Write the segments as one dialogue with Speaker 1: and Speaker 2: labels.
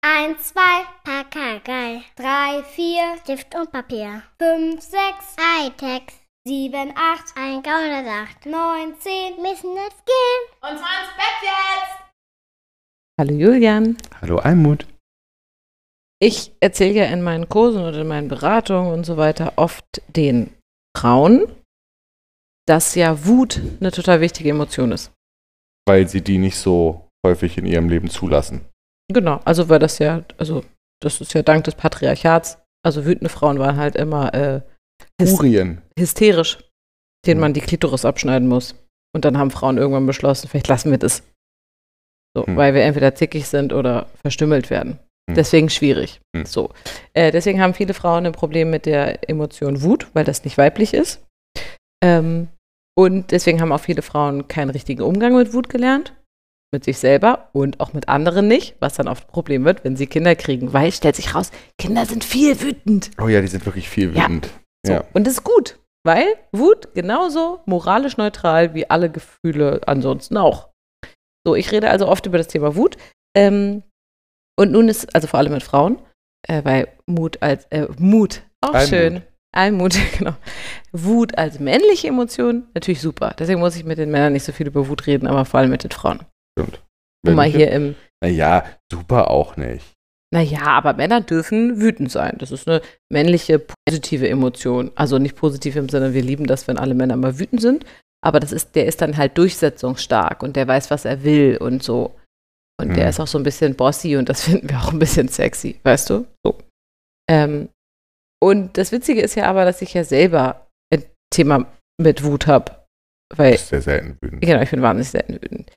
Speaker 1: Eins, zwei, Pakagei.
Speaker 2: Drei, vier,
Speaker 1: Stift und Papier.
Speaker 2: fünf, sechs,
Speaker 1: Hightech.
Speaker 2: sieben, acht,
Speaker 1: Ein Gaunersacht.
Speaker 2: neun, zehn.
Speaker 1: Müssen jetzt gehen.
Speaker 3: Und zwar ins Bett jetzt!
Speaker 4: Hallo Julian.
Speaker 5: Hallo Almut.
Speaker 4: Ich erzähle ja in meinen Kursen und in meinen Beratungen und so weiter oft den Frauen, dass ja Wut eine total wichtige Emotion ist.
Speaker 5: Weil sie die nicht so häufig in ihrem Leben zulassen.
Speaker 4: Genau, also weil das ja, also das ist ja dank des Patriarchats, also wütende Frauen waren halt immer äh, hys
Speaker 5: Furien.
Speaker 4: hysterisch, denen
Speaker 5: Mhm.
Speaker 4: man die Klitoris abschneiden muss. Und dann haben Frauen irgendwann beschlossen, vielleicht lassen wir das. So,
Speaker 5: Mhm.
Speaker 4: weil wir entweder zickig sind oder verstümmelt werden.
Speaker 5: Mhm.
Speaker 4: Deswegen schwierig.
Speaker 5: Mhm.
Speaker 4: So. Äh, deswegen haben viele Frauen ein Problem mit der Emotion Wut, weil das nicht weiblich ist. Ähm, und deswegen haben auch viele Frauen keinen richtigen Umgang mit Wut gelernt. Mit sich selber und auch mit anderen nicht, was dann oft ein Problem wird, wenn sie Kinder kriegen, weil stellt sich raus, Kinder sind viel wütend.
Speaker 5: Oh ja, die sind wirklich viel
Speaker 4: Ja.
Speaker 5: wütend.
Speaker 4: So.
Speaker 5: Ja.
Speaker 4: Und das ist gut, weil Wut genauso moralisch neutral wie alle Gefühle ansonsten auch. So, ich rede also oft über das Thema Wut. Ähm, und nun ist, also vor allem mit Frauen, äh, weil Mut als, äh, Mut, auch
Speaker 5: Almut.
Speaker 4: schön. Almut, genau. Wut als männliche Emotion, natürlich super. Deswegen muss ich mit den Männern nicht so viel über Wut reden, aber vor allem mit den Frauen. Um mal hier im,
Speaker 5: Naja, super auch nicht.
Speaker 4: naja, aber Männer dürfen wütend sein. Das ist eine männliche positive Emotion. Also nicht positiv im Sinne, wir lieben das, wenn alle Männer mal wütend sind. Aber das ist, der ist dann halt durchsetzungsstark und der weiß, was er will und so. Und der
Speaker 5: Mhm.
Speaker 4: ist auch so ein bisschen bossy und das finden wir auch ein bisschen sexy, weißt du? So. Ähm, und das Witzige ist ja aber, dass ich ja selber ein Thema mit Wut habe. Weil
Speaker 5: Du bist sehr selten wütend.
Speaker 4: Genau, ich bin wahnsinnig selten wütend.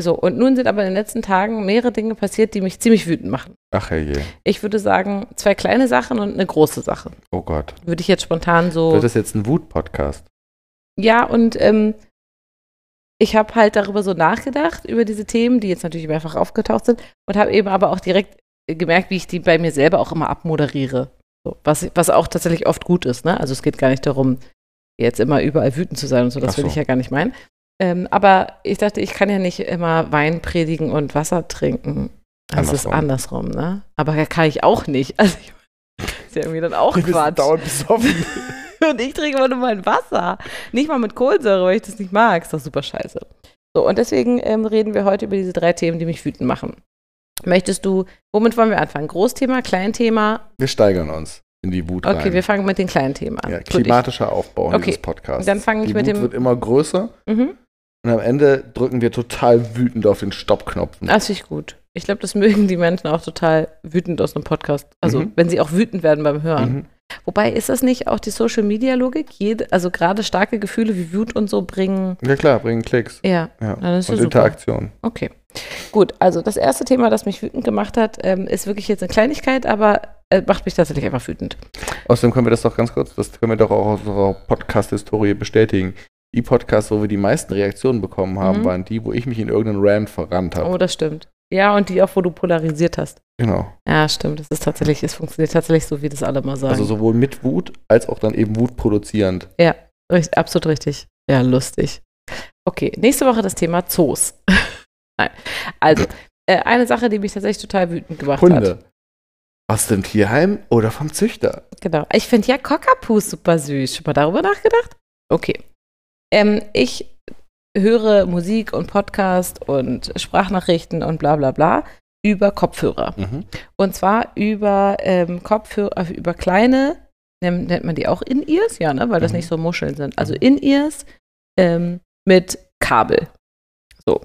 Speaker 4: So, und nun sind aber in den letzten Tagen mehrere Dinge passiert, die mich ziemlich wütend machen.
Speaker 5: Ach herrje.
Speaker 4: Ich würde sagen, zwei kleine Sachen und eine große Sache.
Speaker 5: Oh Gott.
Speaker 4: Würde ich jetzt spontan so.
Speaker 5: Wird das jetzt ein Wut-Podcast?
Speaker 4: Ja, und ähm, ich habe halt darüber so nachgedacht, über diese Themen, die jetzt natürlich mehrfach aufgetaucht sind, und habe eben aber auch direkt äh, gemerkt, wie ich die bei mir selber auch immer abmoderiere. So, was, was auch tatsächlich oft gut ist, ne? Also es geht gar nicht darum, jetzt immer überall wütend zu sein und so, das
Speaker 5: Ach
Speaker 4: will
Speaker 5: so.
Speaker 4: ich ja gar nicht meinen. Ähm, aber ich dachte, ich kann ja nicht immer Wein predigen und Wasser trinken. Das ist andersrum, ne? Aber kann ich auch nicht. Also ich, ist ja irgendwie dann auch Quatsch.
Speaker 5: besoffen.
Speaker 4: Und ich trinke immer nur mein Wasser. Nicht mal mit Kohlensäure, weil ich das nicht mag. Ist doch super scheiße. So, und deswegen ähm, reden wir heute über diese drei Themen, die mich wütend machen. Möchtest du, womit wollen wir anfangen? Großthema, Kleinthema?
Speaker 5: Wir steigern uns in die Wut
Speaker 4: Okay,
Speaker 5: rein.
Speaker 4: wir fangen mit den kleinen Themen an.
Speaker 5: ja,
Speaker 4: Gut,
Speaker 5: klimatischer Aufbau
Speaker 4: Okay,
Speaker 5: dieses Podcasts.
Speaker 4: dann fang ich
Speaker 5: die
Speaker 4: mit
Speaker 5: Wut
Speaker 4: dem-
Speaker 5: wird immer größer
Speaker 4: Ich, mhm.
Speaker 5: und am Ende drücken wir total wütend auf den Stoppknopf.
Speaker 4: Das finde ich Ah, gut. Ich glaube, das mögen die Menschen auch total wütend aus einem Podcast. Also,
Speaker 5: Mhm.
Speaker 4: wenn sie auch wütend werden beim Hören.
Speaker 5: Mhm.
Speaker 4: Wobei, ist das nicht auch die Social-Media-Logik? Jede- Also, gerade starke Gefühle wie Wut und so bringen.
Speaker 5: Ja klar, bringen Klicks
Speaker 4: Ja,
Speaker 5: Ja.
Speaker 4: dann ist
Speaker 5: und
Speaker 4: das super.
Speaker 5: Interaktion.
Speaker 4: Okay. Gut, also das erste Thema, das mich wütend gemacht hat, ähm, ist wirklich jetzt eine Kleinigkeit, aber äh, macht mich tatsächlich einfach wütend.
Speaker 5: Außerdem können wir das doch ganz kurz, das können wir doch auch aus unserer Podcast-Historie bestätigen. Die Podcasts, wo wir die meisten Reaktionen bekommen haben,
Speaker 4: Mhm.
Speaker 5: waren die, wo ich mich in irgendeinen Rant verrannt habe.
Speaker 4: Oh, das stimmt. Ja, und die auch, wo du polarisiert hast.
Speaker 5: Genau.
Speaker 4: Ja, stimmt. Das ist tatsächlich, es funktioniert tatsächlich so, wie das alle mal sagen.
Speaker 5: Also sowohl mit Wut als auch dann eben Wut produzierend.
Speaker 4: Richt, absolut richtig. Ja, lustig. Okay, nächste Woche das Thema Zoos. Nein. Also, äh, eine Sache, die mich tatsächlich total wütend gemacht hat.
Speaker 5: Hunde. Aus dem Tierheim oder vom Züchter?
Speaker 4: Genau. Ich finde ja Cockapoo super süß. Schon mal darüber nachgedacht? Okay. Ähm, ich höre Musik und Podcast und Sprachnachrichten und bla bla bla über Kopfhörer.
Speaker 5: Mhm.
Speaker 4: Und zwar über ähm, Kopfhörer, über kleine, nennt nennt man die auch In-Ears? Ja, ne? weil das
Speaker 5: Mhm.
Speaker 4: nicht so Muscheln sind. Also In-Ears ähm, mit Kabel. So.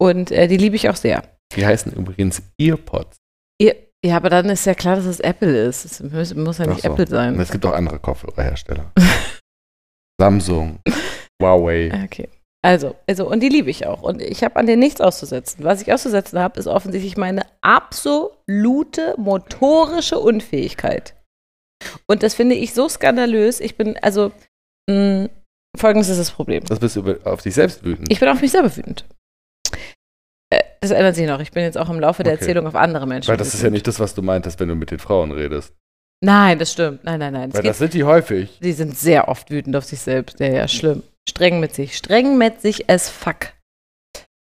Speaker 4: Und äh, die liebe ich auch sehr.
Speaker 5: Die heißen übrigens Earpods.
Speaker 4: Ihr, ja, aber dann ist ja klar, dass es Apple ist. Es muss, muss ja nicht
Speaker 5: Ach so.
Speaker 4: Apple sein.
Speaker 5: Und es gibt auch andere Kopfhörerhersteller. Samsung, Huawei.
Speaker 4: Okay. Also, also, und die liebe ich auch. Und ich habe an denen nichts auszusetzen. Was ich auszusetzen habe, ist offensichtlich meine absolute motorische Unfähigkeit. Und das finde ich so skandalös. Ich bin, also, mh, folgendes ist das Problem.
Speaker 5: Das bist du über- auf dich selbst wütend.
Speaker 4: Ich bin auf mich selber wütend. Äh, Das ändert sich noch. Ich bin jetzt auch im Laufe der
Speaker 5: Okay.
Speaker 4: Erzählung auf andere Menschen.
Speaker 5: Weil das ist ja
Speaker 4: wütend.
Speaker 5: nicht das, was du meintest, wenn du mit den Frauen redest.
Speaker 4: Nein, das stimmt. Nein, nein, nein. Es
Speaker 5: Weil
Speaker 4: geht
Speaker 5: das sind die häufig.
Speaker 4: Die sind sehr oft wütend auf sich selbst. Ja, ja, schlimm. Streng mit sich. Streng mit sich as fuck.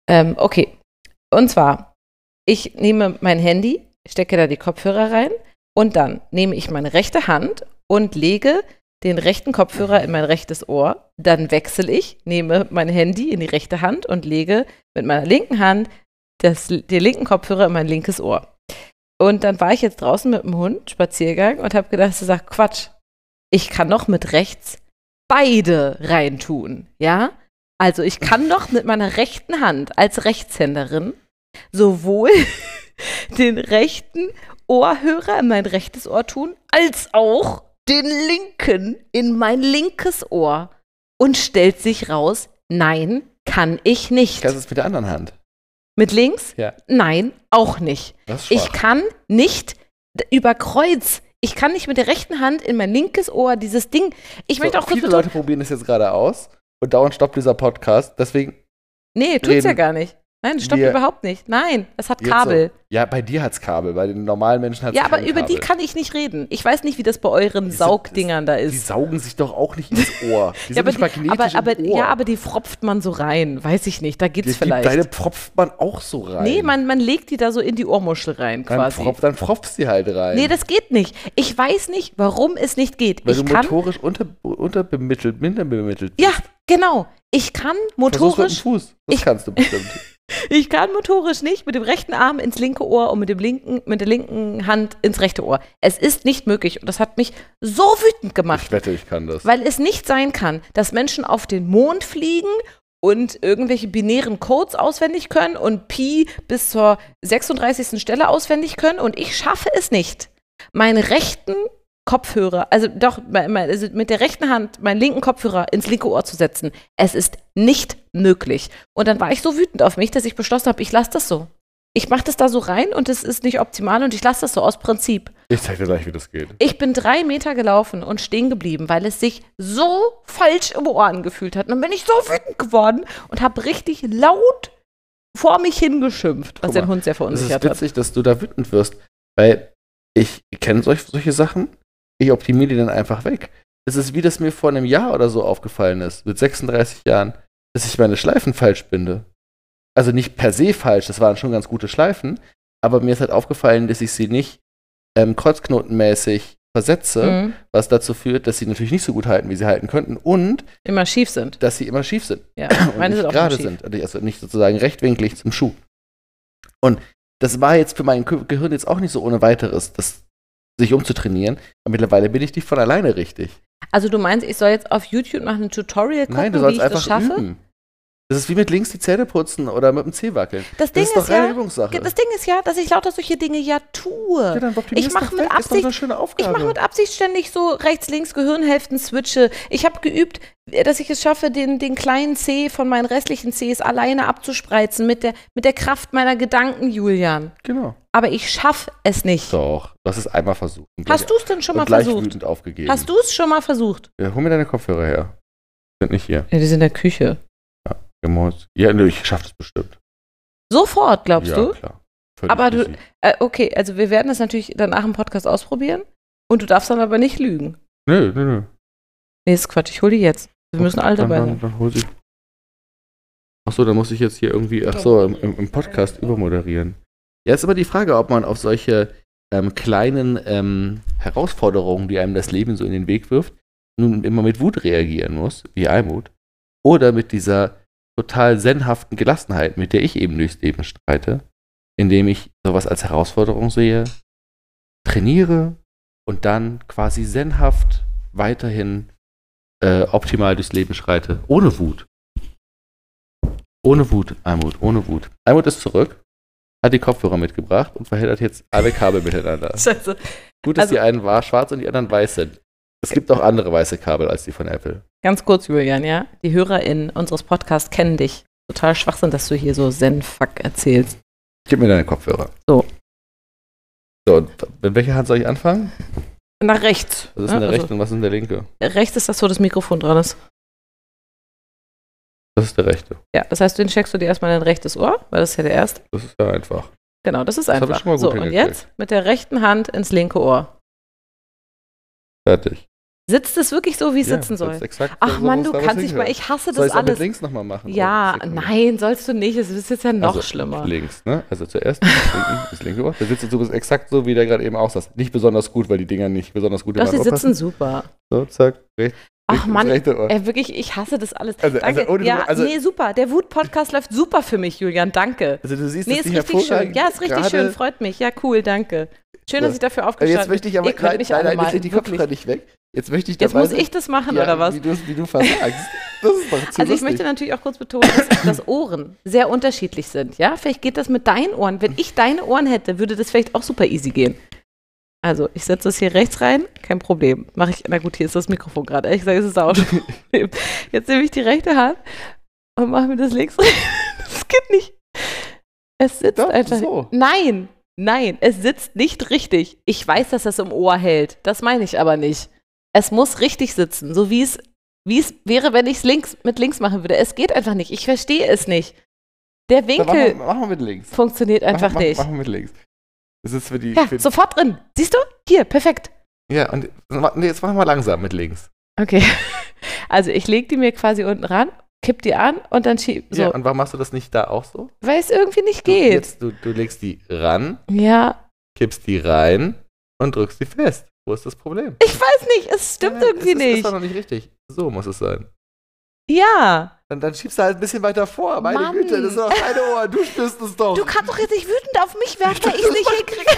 Speaker 4: Ähm, okay. Und zwar, ich nehme mein Handy stecke da die Kopfhörer rein und dann nehme ich meine rechte Hand und lege den rechten Kopfhörer in mein rechtes Ohr. Dann wechsle ich, nehme mein Handy in die rechte Hand und lege mit meiner linken Hand das, den linken Kopfhörer in mein linkes Ohr. Und dann war ich jetzt draußen mit dem Hund, Spaziergang, und habe gedacht, sie sagt, Quatsch, ich kann doch mit rechts beide reintun, ja? Also ich kann doch mit meiner rechten Hand als Rechtshänderin sowohl den rechten Ohrhörer in mein rechtes Ohr tun, als auch den linken in mein linkes Ohr. Und stellt sich raus, nein, kann ich nicht.
Speaker 5: Kannst du es mit der anderen Hand?
Speaker 4: Mit links?
Speaker 5: Ja.
Speaker 4: Nein, auch nicht.
Speaker 5: Das ist
Speaker 4: Ich
Speaker 5: schwach.
Speaker 4: kann nicht d- über Kreuz. Ich kann nicht mit der rechten Hand in mein linkes Ohr dieses Ding. Ich möchte auch kurz
Speaker 5: viele
Speaker 4: betonen.
Speaker 5: Leute probieren das jetzt gerade aus und dauernd stoppt dieser Podcast. Deswegen,
Speaker 4: Nee, tut's ja
Speaker 5: reden.
Speaker 4: gar nicht. Nein, stopp
Speaker 5: Wir-
Speaker 4: überhaupt nicht. Nein, es hat
Speaker 5: Jetzt
Speaker 4: Kabel.
Speaker 5: ja, bei dir hat's Kabel, bei den normalen Menschen hat's
Speaker 4: ja, aber
Speaker 5: kein
Speaker 4: über die
Speaker 5: Kabel.
Speaker 4: kann ich nicht reden. Ich weiß nicht, wie das bei euren
Speaker 5: sind-
Speaker 4: Saugdingern da
Speaker 5: Die
Speaker 4: ist.
Speaker 5: saugen sich doch auch nicht ins Ohr. Die
Speaker 4: ja,
Speaker 5: sind
Speaker 4: aber,
Speaker 5: nicht
Speaker 4: die,
Speaker 5: magnetisch
Speaker 4: aber, aber,
Speaker 5: im Ohr.
Speaker 4: ja, aber die pfropft man so rein. Weiß ich nicht. Da geht's
Speaker 5: die, die,
Speaker 4: vielleicht.
Speaker 5: Deine pfropft man auch so rein.
Speaker 4: nee, man, man legt die da so in die Ohrmuschel rein
Speaker 5: dann
Speaker 4: quasi.
Speaker 5: pfropft, dann pfropfst die halt rein.
Speaker 4: Nee, das geht nicht. Ich weiß nicht, warum es nicht geht.
Speaker 5: Weil
Speaker 4: ich
Speaker 5: du
Speaker 4: kann.
Speaker 5: motorisch unter, unterbemittelt, minder bemittelt
Speaker 4: Ja, genau. Ich kann motorisch
Speaker 5: Versuch's mit dem Fuß. Das
Speaker 4: Ich-
Speaker 5: kannst du bestimmt.
Speaker 4: Ich kann motorisch nicht mit dem rechten Arm ins linke Ohr und mit, dem linken, mit der linken Hand ins rechte Ohr. Es ist nicht möglich und das hat mich so wütend gemacht,
Speaker 5: Ich wette, ich kann das.
Speaker 4: weil es nicht sein kann, dass Menschen auf den Mond fliegen und irgendwelche binären Codes auswendig können und Pi bis zur 36. Stelle auswendig können und ich schaffe es nicht. Meinen rechten Kopfhörer, also doch, mein- mein- also mit der rechten Hand meinen linken Kopfhörer ins linke Ohr zu setzen. Es ist nicht möglich. Und dann war ich so wütend auf mich, dass ich beschlossen habe, ich lasse das so. Ich mache das da so rein und es ist nicht optimal und ich lasse das so aus Prinzip.
Speaker 5: Ich zeig dir gleich, wie das geht.
Speaker 4: Ich bin drei Meter gelaufen und stehen geblieben, weil es sich so falsch im Ohr angefühlt hat. Und dann bin ich so wütend geworden und habe richtig laut vor mich hingeschimpft, was
Speaker 5: Guck
Speaker 4: den
Speaker 5: mal,
Speaker 4: Hund sehr
Speaker 5: Es ist
Speaker 4: verunsichert hat.
Speaker 5: witzig, dass du da wütend wirst, weil ich kenne solch, solche Sachen, ich optimiere die dann einfach weg. Es ist wie das mir vor einem Jahr oder so aufgefallen ist, mit 36 Jahren, dass ich meine Schleifen falsch binde. Also nicht per se falsch, das waren schon ganz gute Schleifen, aber mir ist halt aufgefallen, dass ich sie nicht ähm, kreuzknotenmäßig versetze,
Speaker 4: Mhm.
Speaker 5: was dazu führt, dass sie natürlich nicht so gut halten, wie sie halten könnten und
Speaker 4: Immer schief sind.
Speaker 5: dass sie immer schief sind
Speaker 4: Ja,
Speaker 5: und
Speaker 4: meine
Speaker 5: nicht
Speaker 4: sind auch immer
Speaker 5: gerade
Speaker 4: schief.
Speaker 5: sind. Also nicht sozusagen rechtwinklig zum Schuh. Und das war jetzt für mein Ge- Gehirn jetzt auch nicht so ohne weiteres, das sich umzutrainieren. Aber mittlerweile bin ich die von alleine richtig.
Speaker 4: Also du meinst, ich soll jetzt auf YouTube nach einem Tutorial gucken,
Speaker 5: Nein, du
Speaker 4: wie
Speaker 5: sollst
Speaker 4: ich das
Speaker 5: einfach
Speaker 4: schaffe?
Speaker 5: üben. Das ist wie mit links die Zähne putzen oder mit dem Zeh wackeln.
Speaker 4: Das Ding
Speaker 5: Das ist doch
Speaker 4: ist
Speaker 5: reine
Speaker 4: ja,
Speaker 5: Übungssache.
Speaker 4: das Ding ist ja, dass ich lauter solche Dinge ja tue.
Speaker 5: ja, dann optimierst
Speaker 4: ich mach
Speaker 5: doch
Speaker 4: mit
Speaker 5: weg. Ist doch
Speaker 4: Absicht-
Speaker 5: so eine schöne
Speaker 4: Ich
Speaker 5: Aufgabe.
Speaker 4: mache mit Absicht ständig so rechts-links Gehirnhälften switche. Ich habe geübt, äh, dass ich es schaffe, den, den kleinen C von meinen restlichen Cs alleine abzuspreizen mit der, mit der Kraft meiner Gedanken, Julian.
Speaker 5: Genau.
Speaker 4: Aber ich schaffe es nicht.
Speaker 5: Doch, das ist einmal versucht. Und
Speaker 4: Hast
Speaker 5: gleich-
Speaker 4: du es denn schon
Speaker 5: und
Speaker 4: mal
Speaker 5: gleich
Speaker 4: versucht?
Speaker 5: wütend aufgegeben.
Speaker 4: Hast du es schon mal versucht?
Speaker 5: Ja, hol mir deine Kopfhörer her. Sind nicht hier.
Speaker 4: Ja, die sind in der Küche.
Speaker 5: Gemüse. Ja, nö, ich schaff das bestimmt.
Speaker 4: Sofort, glaubst
Speaker 5: ja,
Speaker 4: du?
Speaker 5: klar. Völlig
Speaker 4: Aber du-
Speaker 5: easy.
Speaker 4: Äh, okay, also wir werden das natürlich danach im Podcast ausprobieren. Und du darfst dann aber nicht lügen.
Speaker 5: Nö, nö, nö.
Speaker 4: Nee, ist Quatsch, ich hole die jetzt. Wir müssen alle
Speaker 5: dann,
Speaker 4: dabei
Speaker 5: dann,
Speaker 4: sein.
Speaker 5: dann hol sie. Achso, dann muss ich jetzt hier irgendwie, ach so, im, im, im Podcast übermoderieren. Ja, ist aber die Frage, ob man auf solche ähm, kleinen ähm, Herausforderungen, die einem das Leben so in den Weg wirft, nun immer mit Wut reagieren muss, wie Almut, oder mit dieser total sinnhaften Gelassenheit, mit der ich eben durchs Leben streite, indem ich sowas als Herausforderung sehe, trainiere und dann quasi sinnhaft weiterhin äh, optimal durchs Leben schreite. Ohne Wut. Ohne Wut, Almut, ohne Wut. Almut ist zurück, hat die Kopfhörer mitgebracht und verheddert jetzt alle Kabel miteinander.
Speaker 4: Scheiße.
Speaker 5: Gut, dass
Speaker 4: Also-
Speaker 5: die einen war schwarz und die anderen weiß sind. Es gibt auch andere weiße Kabel als die von Apple.
Speaker 4: Ganz kurz, Julian, ja? Die HörerInnen unseres Podcasts kennen dich. Total Schwachsinn, dass du hier so Zen-Fuck erzählst.
Speaker 5: Gib mir deine Kopfhörer.
Speaker 4: So.
Speaker 5: So, und mit welcher Hand soll ich anfangen?
Speaker 4: Nach rechts.
Speaker 5: Was ist
Speaker 4: ne?
Speaker 5: denn
Speaker 4: Also,
Speaker 5: der rechte und was ist denn der linke?
Speaker 4: rechts ist das, wo das Mikrofon dran ist.
Speaker 5: Das ist der rechte.
Speaker 4: Ja, das heißt, den steckst du dir erstmal in dein rechtes Ohr, weil das ist ja der erste.
Speaker 5: Das ist ja einfach.
Speaker 4: Genau, das ist
Speaker 5: Das hab ich
Speaker 4: einfach.
Speaker 5: schon mal gut
Speaker 4: so, und
Speaker 5: hingekriegt.
Speaker 4: jetzt mit der rechten Hand ins linke Ohr.
Speaker 5: Fertig.
Speaker 4: Sitzt es wirklich so, wie es
Speaker 5: Ja,
Speaker 4: sitzen soll?
Speaker 5: das ist exakt
Speaker 4: Ach
Speaker 5: so,
Speaker 4: Mann,
Speaker 5: wo
Speaker 4: du
Speaker 5: es damals
Speaker 4: kannst dich mal,
Speaker 5: hingehört.
Speaker 4: ich hasse das
Speaker 5: Soll ich auch mit
Speaker 4: alles.
Speaker 5: links nochmal machen?
Speaker 4: Ja,
Speaker 5: Oh, das ist cool.
Speaker 4: nein, sollst du nicht. Es ist jetzt ja noch
Speaker 5: Also,
Speaker 4: schlimmer.
Speaker 5: Links, ne? Also zuerst das linke, das linke Ohr. Da sitzt du exakt so, wie der gerade eben auch saß. Nicht besonders gut, weil die Dinger nicht besonders gut
Speaker 4: Doch, die
Speaker 5: Ohr
Speaker 4: sitzen super.
Speaker 5: So, zack, rechts.
Speaker 4: Ach
Speaker 5: links,
Speaker 4: Mann,
Speaker 5: rechte Ohr.
Speaker 4: ey, wirklich, ich hasse das alles.
Speaker 5: Also- also
Speaker 4: danke.
Speaker 5: ohne-
Speaker 4: ja,
Speaker 5: also-
Speaker 4: nee, super. Der Wut-Podcast läuft super für mich, Julian. Danke.
Speaker 5: Also du siehst,
Speaker 4: Nee,
Speaker 5: dass
Speaker 4: ist
Speaker 5: die
Speaker 4: richtig schön.
Speaker 5: hervorragend
Speaker 4: Ja, ist richtig
Speaker 5: gerade-
Speaker 4: schön. Freut mich. Ja, cool. Danke. Schön,
Speaker 5: So.
Speaker 4: dass ich dafür
Speaker 5: Aber
Speaker 4: aufgestanden
Speaker 5: Jetzt möchte ich aber
Speaker 4: Ihr könnt
Speaker 5: nein,
Speaker 4: mich
Speaker 5: nein,
Speaker 4: alle
Speaker 5: nein, jetzt
Speaker 4: mal.
Speaker 5: sind die Kopfhörer
Speaker 4: wirklich.
Speaker 5: nicht weg. Jetzt möchte ich
Speaker 4: Jetzt
Speaker 5: dabei
Speaker 4: muss
Speaker 5: sein-
Speaker 4: ich das machen,
Speaker 5: ja,
Speaker 4: oder was?
Speaker 5: Wie du, wie du versagst. Das ist doch zu
Speaker 4: Also ich
Speaker 5: lustig.
Speaker 4: möchte natürlich auch kurz betonen, dass, dass Ohren sehr unterschiedlich sind. Ja, vielleicht geht das mit deinen Ohren. Wenn ich deine Ohren hätte, würde das vielleicht auch super easy gehen. Also ich setze das hier rechts rein, kein Problem. Mache ich. Na gut, hier ist das Mikrofon gerade. Ehrlich gesagt, es ist auch ein Problem. Jetzt nehme ich die rechte Hand und mache mir das links rein. Das geht nicht. Es sitzt
Speaker 5: Doch,
Speaker 4: einfach.
Speaker 5: so.
Speaker 4: Nein, nein, es sitzt nicht richtig. Ich weiß, dass das im Ohr hält. Das meine ich aber nicht. Es muss richtig sitzen, so wie es wie es wäre, wenn ich es links mit links machen würde. Es geht einfach nicht. Ich verstehe es nicht. Der
Speaker 5: Dann machen wir-
Speaker 4: Winkel
Speaker 5: Machen wir mit links.
Speaker 4: funktioniert einfach
Speaker 5: mach,
Speaker 4: nicht.
Speaker 5: Mach, machen wir mit links. Das ist für die.
Speaker 4: ja,
Speaker 5: für die
Speaker 4: sofort drin. Siehst du? Hier, perfekt.
Speaker 5: ja und nee, jetzt machen wir langsam mit links.
Speaker 4: Okay. Also ich lege die mir quasi unten ran, kipp die an und dann schieb. So,
Speaker 5: Ja, und warum machst du das nicht da auch so?
Speaker 4: weil es irgendwie nicht
Speaker 5: Du,
Speaker 4: geht.
Speaker 5: jetzt, du, du legst die ran,
Speaker 4: Ja.
Speaker 5: kippst die rein und drückst die fest. Wo ist das Problem?
Speaker 4: Ich weiß nicht, es stimmt
Speaker 5: Ja,
Speaker 4: irgendwie
Speaker 5: es ist, Das ist
Speaker 4: nicht.
Speaker 5: doch noch nicht richtig. So muss es sein.
Speaker 4: ja.
Speaker 5: Dann, dann schiebst du halt ein bisschen weiter vor. Meine
Speaker 4: Mann.
Speaker 5: Güte, das sind doch deine Ohren. Du spürst es doch.
Speaker 4: Du kannst doch jetzt nicht wütend auf mich werfen, weil ich es nicht hinkriege.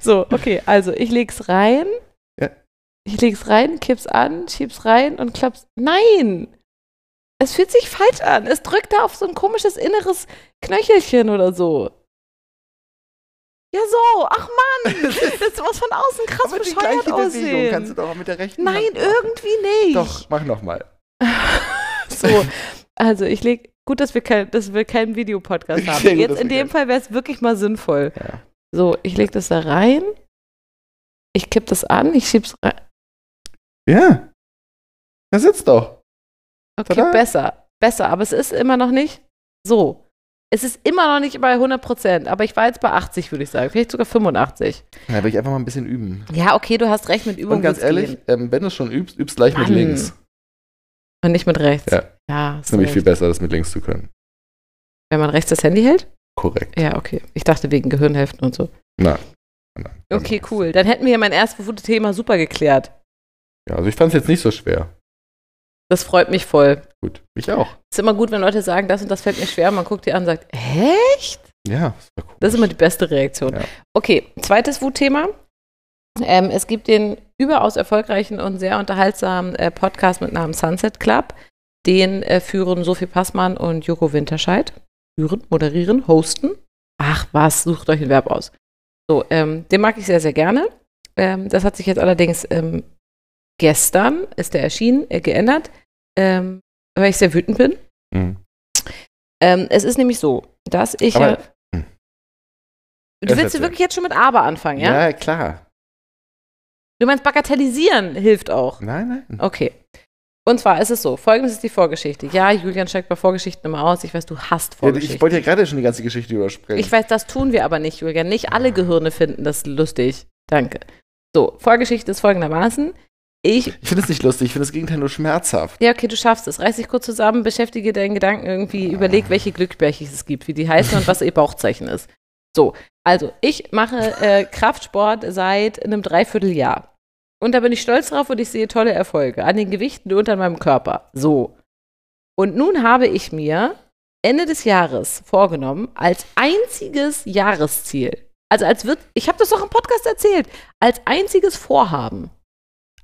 Speaker 4: so, okay, also ich leg's rein.
Speaker 5: Ja.
Speaker 4: Ich leg's rein, kipp's an, schieb's rein und klapp's. Nein! Es fühlt sich falsch an. Es drückt da auf so ein komisches inneres Knöchelchen oder so. Ja, so. Ach Mann! Das muss von außen krass
Speaker 5: Aber die
Speaker 4: bescheuert
Speaker 5: gleiche Bewegung kannst du
Speaker 4: aussehen.
Speaker 5: doch auch mit der rechten
Speaker 4: Nein,
Speaker 5: Hand machen.
Speaker 4: irgendwie nicht.
Speaker 5: Doch, mach nochmal.
Speaker 4: So, also ich leg. Gut, dass wir, kein, dass wir keinen Videopodcast haben.
Speaker 5: Sehr gut,
Speaker 4: Jetzt
Speaker 5: dass
Speaker 4: in
Speaker 5: wir
Speaker 4: dem
Speaker 5: keinen-
Speaker 4: Fall wäre es wirklich mal sinnvoll.
Speaker 5: Ja.
Speaker 4: So, ich leg das da rein. Ich kipp das an, ich schieb's rein.
Speaker 5: Ja. Da sitzt doch.
Speaker 4: Okay,
Speaker 5: Tada.
Speaker 4: besser. Besser, aber es ist immer noch nicht so. Es ist immer noch nicht bei 100 Prozent, aber ich war jetzt bei 80, würde ich sagen. Vielleicht sogar 85.
Speaker 5: Da will ich einfach mal ein bisschen üben.
Speaker 4: Ja, okay, du hast recht mit Übung.
Speaker 5: Und ganz
Speaker 4: wird's
Speaker 5: ehrlich,
Speaker 4: gehen.
Speaker 5: ähm, wenn du es schon übst, übst gleich mit
Speaker 4: Mann.
Speaker 5: links.
Speaker 4: Und nicht mit rechts.
Speaker 5: Ja.
Speaker 4: ja
Speaker 5: Ist
Speaker 4: ist
Speaker 5: nämlich
Speaker 4: nämlich
Speaker 5: viel besser, das mit links zu können.
Speaker 4: Wenn man rechts das Handy hält?
Speaker 5: Korrekt.
Speaker 4: Ja, okay. Ich dachte wegen Gehirnhälften und so.
Speaker 5: Nein. Nein.
Speaker 4: Okay, cool. Dann hätten wir ja mein erstes Thema super geklärt.
Speaker 5: Ja, also ich fand es jetzt nicht so schwer.
Speaker 4: Das freut mich voll.
Speaker 5: Gut. Ich auch.
Speaker 4: Ist immer gut, wenn Leute sagen, das und das fällt mir schwer. Man guckt die an und sagt, echt?
Speaker 5: Ja, das war cool.
Speaker 4: Das ist immer die beste Reaktion.
Speaker 5: Ja.
Speaker 4: Okay, zweites Wutthema. Ähm, es gibt den überaus erfolgreichen und sehr unterhaltsamen äh, Podcast mit Namen Sunset Club. Den äh, führen Sophie Passmann und Joko Winterscheid. Führen, moderieren, hosten. Ach was, sucht euch ein Verb aus. So, ähm, den mag ich sehr, sehr gerne. Ähm, das hat sich jetzt allerdings ähm, gestern, ist der erschienen, äh, geändert, ähm, weil ich sehr wütend bin.
Speaker 5: Mhm.
Speaker 4: Ähm, es ist nämlich so, dass ich. ja-
Speaker 5: Aber- Hm.
Speaker 4: du willst
Speaker 5: Erzähl.
Speaker 4: wirklich jetzt schon mit Aber anfangen, ja?
Speaker 5: ja, klar.
Speaker 4: Du meinst, bagatellisieren hilft auch.
Speaker 5: Nein, nein.
Speaker 4: Okay. Und zwar ist es so: folgendes ist die Vorgeschichte. Ja, Julian steigt bei Vorgeschichten immer aus. Ich weiß, du hasst
Speaker 5: Ja,
Speaker 4: Vorgeschichten.
Speaker 5: ich wollte ja gerade schon die ganze Geschichte überspringen.
Speaker 4: Ich weiß, das tun wir aber nicht, Julian. Nicht alle Gehirne finden das lustig. Danke. So, Vorgeschichte ist folgendermaßen. Ich
Speaker 5: ich finde es nicht lustig, ich finde das Gegenteil nur schmerzhaft.
Speaker 4: Ja, okay, du schaffst es. Reiß dich kurz zusammen, beschäftige deinen Gedanken irgendwie, überleg, welche Glücksbärchis es gibt, wie die heißen und was ihr Bauchzeichen ist. So, also ich mache äh, Kraftsport seit einem Dreivierteljahr. Und da bin ich stolz drauf und ich sehe tolle Erfolge an den Gewichten und an meinem Körper. So. Und nun habe ich mir Ende des Jahres vorgenommen, als einziges Jahresziel, also als wird, ich habe das doch im Podcast erzählt, als einziges Vorhaben,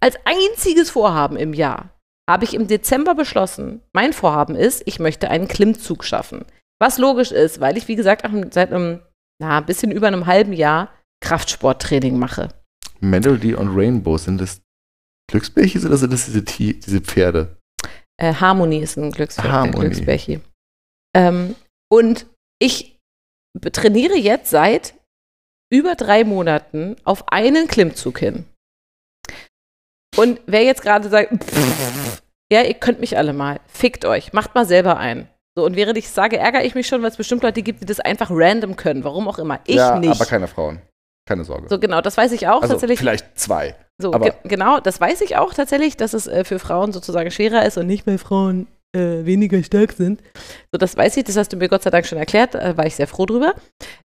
Speaker 4: als einziges Vorhaben im Jahr, habe ich im Dezember beschlossen, mein Vorhaben ist, ich möchte einen Klimmzug schaffen. Was logisch ist, weil ich, wie gesagt, auch seit einem, na, ein bisschen über einem halben Jahr Kraftsporttraining mache.
Speaker 5: Melody und Rainbow, sind das Glücksbärchis oder sind das diese, Ti- diese Pferde?
Speaker 4: Äh, Harmony ist ein Glücksbe
Speaker 5: Harmony.
Speaker 4: Glücksbärchi. Ähm, und ich be- trainiere jetzt seit über drei Monaten auf einen Klimmzug hin. Und wer jetzt gerade sagt, pff, ja, ihr könnt mich alle mal, fickt euch, macht mal selber einen. So, und während ich es sage, ärgere ich mich schon, weil es bestimmt Leute gibt, die das einfach random können, warum auch immer. Ich
Speaker 5: ja,
Speaker 4: nicht.
Speaker 5: aber keine Frauen. Keine Sorge.
Speaker 4: so, genau, das weiß ich auch
Speaker 5: also
Speaker 4: tatsächlich.
Speaker 5: vielleicht zwei.
Speaker 4: So,
Speaker 5: Aber-
Speaker 4: ge genau, das weiß ich auch tatsächlich, dass es äh, für Frauen sozusagen schwerer ist und nicht, weil Frauen äh, weniger stark sind. So, das weiß ich, das hast du mir Gott sei Dank schon erklärt, da war ich sehr froh drüber.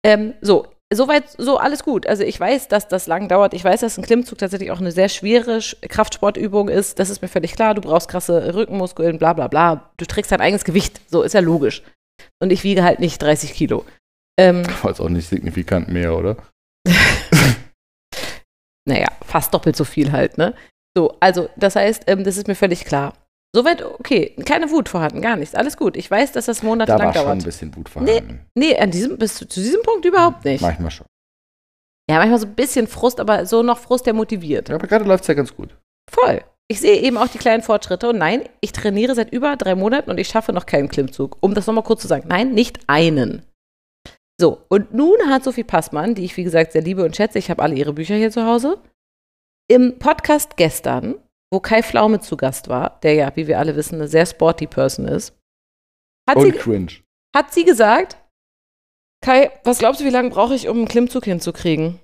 Speaker 4: Ähm, so, soweit, so alles gut. Also ich weiß, dass das lang dauert. Ich weiß, dass ein Klimmzug tatsächlich auch eine sehr schwere Sch- Kraftsportübung ist. Das ist mir völlig klar. Du brauchst krasse Rückenmuskeln, bla bla bla. Du trägst dein eigenes Gewicht. So, ist ja logisch. Und ich wiege halt nicht 30 Kilo. Ähm,
Speaker 5: War jetzt auch nicht signifikant mehr, oder?
Speaker 4: naja, fast doppelt so viel halt, ne? So, also, das heißt, ähm, das ist mir völlig klar. Soweit, okay, keine Wut vorhanden, gar nichts, alles gut. Ich weiß, dass das
Speaker 5: Da war
Speaker 4: monatelang
Speaker 5: schon ein
Speaker 4: dauert.
Speaker 5: bisschen Wut vorhanden.
Speaker 4: Nee, an diesem, bis zu, zu diesem Punkt überhaupt nicht.
Speaker 5: Manchmal schon.
Speaker 4: Ja, manchmal so ein bisschen Frust, aber so noch Frust, der motiviert.
Speaker 5: Ja, aber gerade läuft es ja ganz gut.
Speaker 4: Voll. Ich sehe eben auch die kleinen Fortschritte und nein, ich trainiere seit über drei Monaten und ich schaffe noch keinen Klimmzug. Um das nochmal kurz zu sagen, nein, nicht einen. So, und nun hat Sophie Passmann, die ich wie gesagt sehr liebe und schätze, ich habe alle ihre Bücher hier zu Hause, im Podcast gestern, wo Kai Flaume zu Gast war, der ja, wie wir alle wissen, eine sehr sporty Person ist, hat,
Speaker 5: Und
Speaker 4: sie,
Speaker 5: cringe.
Speaker 4: hat sie gesagt, Kai, was glaubst du, wie lange brauche ich, um einen Klimmzug hinzukriegen?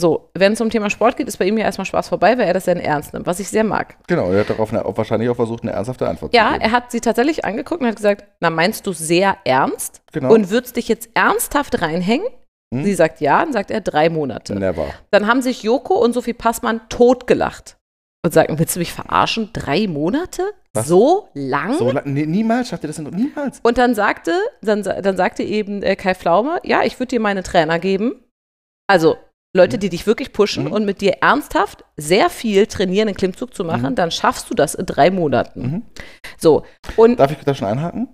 Speaker 4: So, wenn es um Thema Sport geht, ist bei ihm ja erstmal Spaß vorbei, weil er das dann ernst nimmt, was ich sehr mag.
Speaker 5: Genau, er hat darauf eine, wahrscheinlich auch versucht, eine ernsthafte Antwort
Speaker 4: Ja,
Speaker 5: zu geben.
Speaker 4: er hat sie tatsächlich angeguckt und hat gesagt, na meinst du sehr ernst?
Speaker 5: Genau.
Speaker 4: Und würdest dich jetzt ernsthaft reinhängen?
Speaker 5: Hm?
Speaker 4: Sie sagt ja, dann sagt er drei Monate.
Speaker 5: Never.
Speaker 4: Dann haben sich Joko und Sophie Passmann totgelacht und sagen, willst du mich verarschen? Drei Monate?
Speaker 5: Was?
Speaker 4: So lang?
Speaker 5: So lang, nee, niemals schafft ihr das denn niemals.
Speaker 4: und dann sagte, dann, sa- dann sagte eben äh, Kai Pflaume, ja, ich würde dir meine Trainer geben. Also Leute, die dich wirklich pushen
Speaker 5: Mhm.
Speaker 4: und mit dir ernsthaft sehr viel trainieren, einen Klimmzug zu machen, dann schaffst du das in drei Monaten.
Speaker 5: Mhm.
Speaker 4: So. Und
Speaker 5: Darf ich da schon einhaken?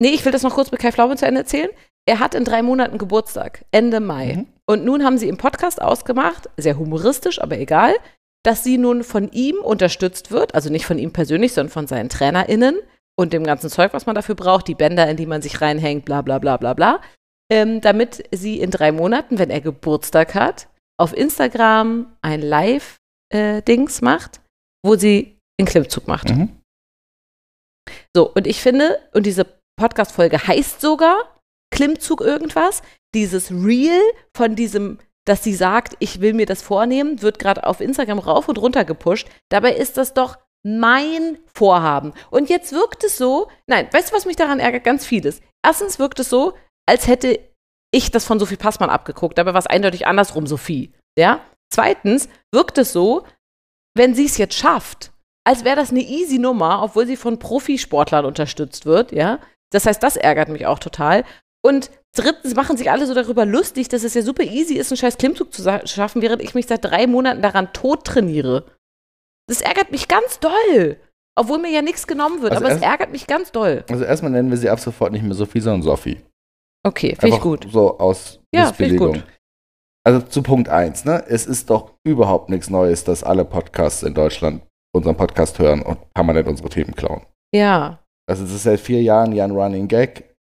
Speaker 4: Nee, ich will das noch kurz mit Kai Pflaume zu Ende erzählen. Er hat in drei Monaten Geburtstag, Ende Mai.
Speaker 5: Mhm.
Speaker 4: Und nun haben sie im Podcast ausgemacht, sehr humoristisch, aber egal, dass sie nun von ihm unterstützt wird, also nicht von ihm persönlich, sondern von seinen TrainerInnen und dem ganzen Zeug, was man dafür braucht, die Bänder, in die man sich reinhängt, bla bla bla bla bla. Ähm, damit sie in drei Monaten, wenn er Geburtstag hat, auf Instagram ein Live-Dings macht, wo sie einen Klimmzug macht.
Speaker 5: Mhm.
Speaker 4: So, und ich finde, und diese Podcast-Folge heißt sogar Klimmzug irgendwas, dieses Reel von diesem, dass sie sagt, ich will mir das vornehmen, wird gerade auf Instagram rauf und runter gepusht. Dabei ist das doch mein Vorhaben. Und jetzt wirkt es so, nein, weißt du, was mich daran ärgert? Ganz vieles. Erstens wirkt es so, als hätte ich das von Sophie Passmann abgeguckt, dabei war es eindeutig andersrum, Sophie. Ja? Zweitens wirkt es so, wenn sie es jetzt schafft, als wäre das eine easy Nummer, obwohl sie von Profisportlern unterstützt wird, ja. Das heißt, das ärgert mich auch total. Und drittens machen sich alle so darüber lustig, dass es ja super easy ist, einen scheiß Klimmzug zu sa- schaffen, während ich mich seit drei Monaten daran tot trainiere. Das ärgert mich ganz doll. Obwohl mir ja nichts genommen wird,
Speaker 5: Also
Speaker 4: aber es
Speaker 5: erst-
Speaker 4: ärgert mich ganz doll.
Speaker 5: Also erstmal nennen wir sie ab sofort nicht mehr Sophie, sondern Sophie.
Speaker 4: Okay, finde ich
Speaker 5: Einfach
Speaker 4: gut.
Speaker 5: So aus
Speaker 4: Ja, finde ich
Speaker 5: Missbilligung.
Speaker 4: gut.
Speaker 5: Also zu Punkt 1, ne? Es ist doch überhaupt nichts Neues, dass alle Podcasts in Deutschland unseren Podcast hören und permanent unsere Themen klauen.
Speaker 4: Ja.
Speaker 5: Also es ist seit vier Jahren ja ein Running Gag.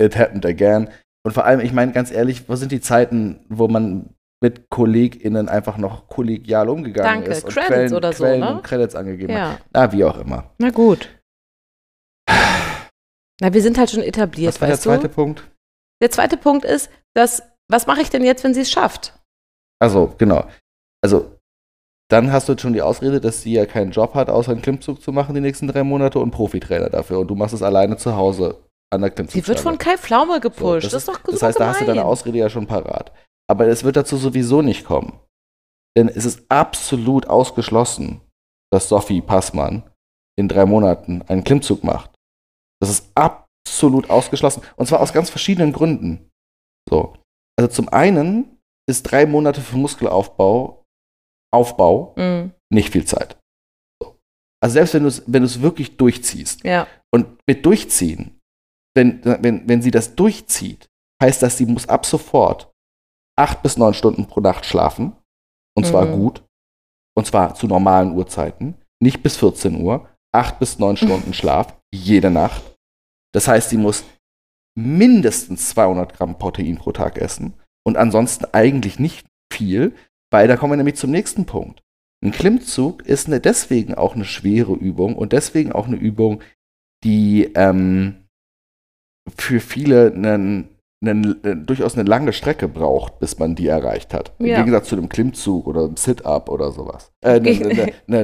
Speaker 5: It happened again. Und vor allem, ich meine ganz ehrlich, wo sind die Zeiten, wo man mit KollegInnen einfach noch kollegial umgegangen
Speaker 4: Danke,
Speaker 5: ist und
Speaker 4: Credits
Speaker 5: Quellen,
Speaker 4: oder so,
Speaker 5: Quellen
Speaker 4: ne?
Speaker 5: und Credits angegeben hat?
Speaker 4: Ja.
Speaker 5: Na, wie auch immer.
Speaker 4: Na gut. Na, wir sind halt schon etabliert,
Speaker 5: Was war der
Speaker 4: weißt
Speaker 5: zweite
Speaker 4: du?
Speaker 5: Punkt?
Speaker 4: Der zweite Punkt ist, dass, was mache ich denn jetzt, wenn sie es schafft?
Speaker 5: Also, genau. Also, dann hast du jetzt schon die Ausrede, dass sie ja keinen Job hat, außer einen Klimmzug zu machen die nächsten drei Monate und Profitrainer dafür. Und du machst es alleine zu Hause an der Klimmzug.
Speaker 4: Sie wird von Kai Pflaume gepusht. das, ist doch
Speaker 5: Das
Speaker 4: super
Speaker 5: heißt, da hast du
Speaker 4: gemein.
Speaker 5: deine Ausrede ja schon parat. Aber es wird dazu sowieso nicht kommen. Denn es ist absolut ausgeschlossen, dass Sophie Passmann in drei Monaten einen Klimmzug macht. Das ist absolut ausgeschlossen. Und zwar aus ganz verschiedenen Gründen. So. Also zum einen ist drei Monate für Muskelaufbau Aufbau
Speaker 4: Mm,
Speaker 5: nicht viel Zeit. So. Also selbst wenn du es wenn du es wirklich durchziehst,
Speaker 4: ja,
Speaker 5: und mit durchziehen, wenn, wenn, wenn sie das durchzieht, heißt das, sie muss ab sofort acht bis neun Stunden pro Nacht schlafen. Und zwar
Speaker 4: Mhm.
Speaker 5: gut. Und zwar zu normalen Uhrzeiten. Nicht bis 14 Uhr. Acht bis neun Stunden Schlaf. Jede Nacht. Das heißt, sie muss mindestens 200 Gramm Protein pro Tag essen. Und ansonsten eigentlich nicht viel, weil da kommen wir nämlich zum nächsten Punkt. Ein Klimmzug ist eine, deswegen auch eine schwere Übung und deswegen auch eine Übung, die ähm, für viele einen einen, äh, durchaus eine lange Strecke braucht, bis man die erreicht hat. Im
Speaker 4: Ja.
Speaker 5: Gegensatz zu einem Klimmzug oder einem Sit-Up oder sowas. Äh, eine, eine, eine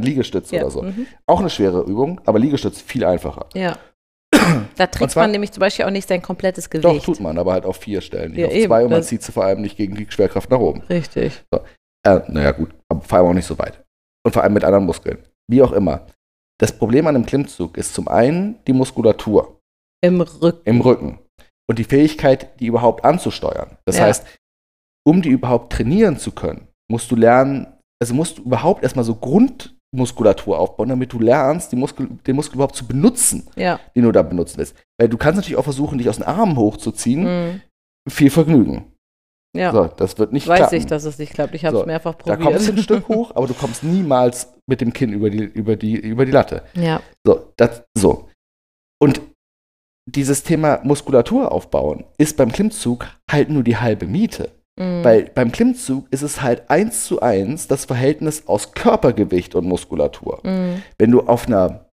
Speaker 5: Liegestütze
Speaker 4: Ja.
Speaker 5: oder so.
Speaker 4: Mhm.
Speaker 5: Auch eine schwere Übung, aber Liegestütze viel einfacher.
Speaker 4: ja. Da
Speaker 5: Und
Speaker 4: trägt
Speaker 5: zwar-
Speaker 4: man nämlich zum Beispiel auch nicht sein komplettes Gewicht.
Speaker 5: Doch, tut man, aber halt auf vier Stellen, nicht
Speaker 4: Ja,
Speaker 5: auf
Speaker 4: eben,
Speaker 5: zwei und man
Speaker 4: das-
Speaker 5: zieht sie vor allem nicht gegen die Schwerkraft nach oben.
Speaker 4: Richtig.
Speaker 5: Äh, naja, gut, aber vor allem auch nicht so weit. Und vor allem mit anderen Muskeln. Wie auch immer. Das Problem an einem Klimmzug ist zum einen die Muskulatur.
Speaker 4: Im Rücken.
Speaker 5: im Rücken und die Fähigkeit, die überhaupt anzusteuern. Das
Speaker 4: Ja.
Speaker 5: heißt, um die überhaupt trainieren zu können, musst du lernen, also musst du überhaupt erstmal so Grundmuskulatur aufbauen, damit du lernst, die Muskel, den Muskel überhaupt zu benutzen,
Speaker 4: Ja.
Speaker 5: den du da benutzen willst. Weil du kannst natürlich auch versuchen, dich aus den Armen hochzuziehen,
Speaker 4: Mhm.
Speaker 5: viel Vergnügen.
Speaker 4: Ja.
Speaker 5: Hm? So, das wird nicht
Speaker 4: Weiß
Speaker 5: klappen.
Speaker 4: ich, dass es nicht klappt. Ich habe es
Speaker 5: So,
Speaker 4: mehrfach
Speaker 5: da
Speaker 4: probiert.
Speaker 5: kommst du ein Stück hoch, aber du kommst niemals mit dem Kinn über die, über die, über die Latte.
Speaker 4: Ja.
Speaker 5: So, das, so. Und dieses Thema Muskulatur aufbauen ist beim Klimmzug halt nur die halbe Miete.
Speaker 4: Mhm.
Speaker 5: Weil beim Klimmzug ist es halt eins zu eins das Verhältnis aus Körpergewicht und Muskulatur.
Speaker 4: Mhm.
Speaker 5: Wenn du auf einer,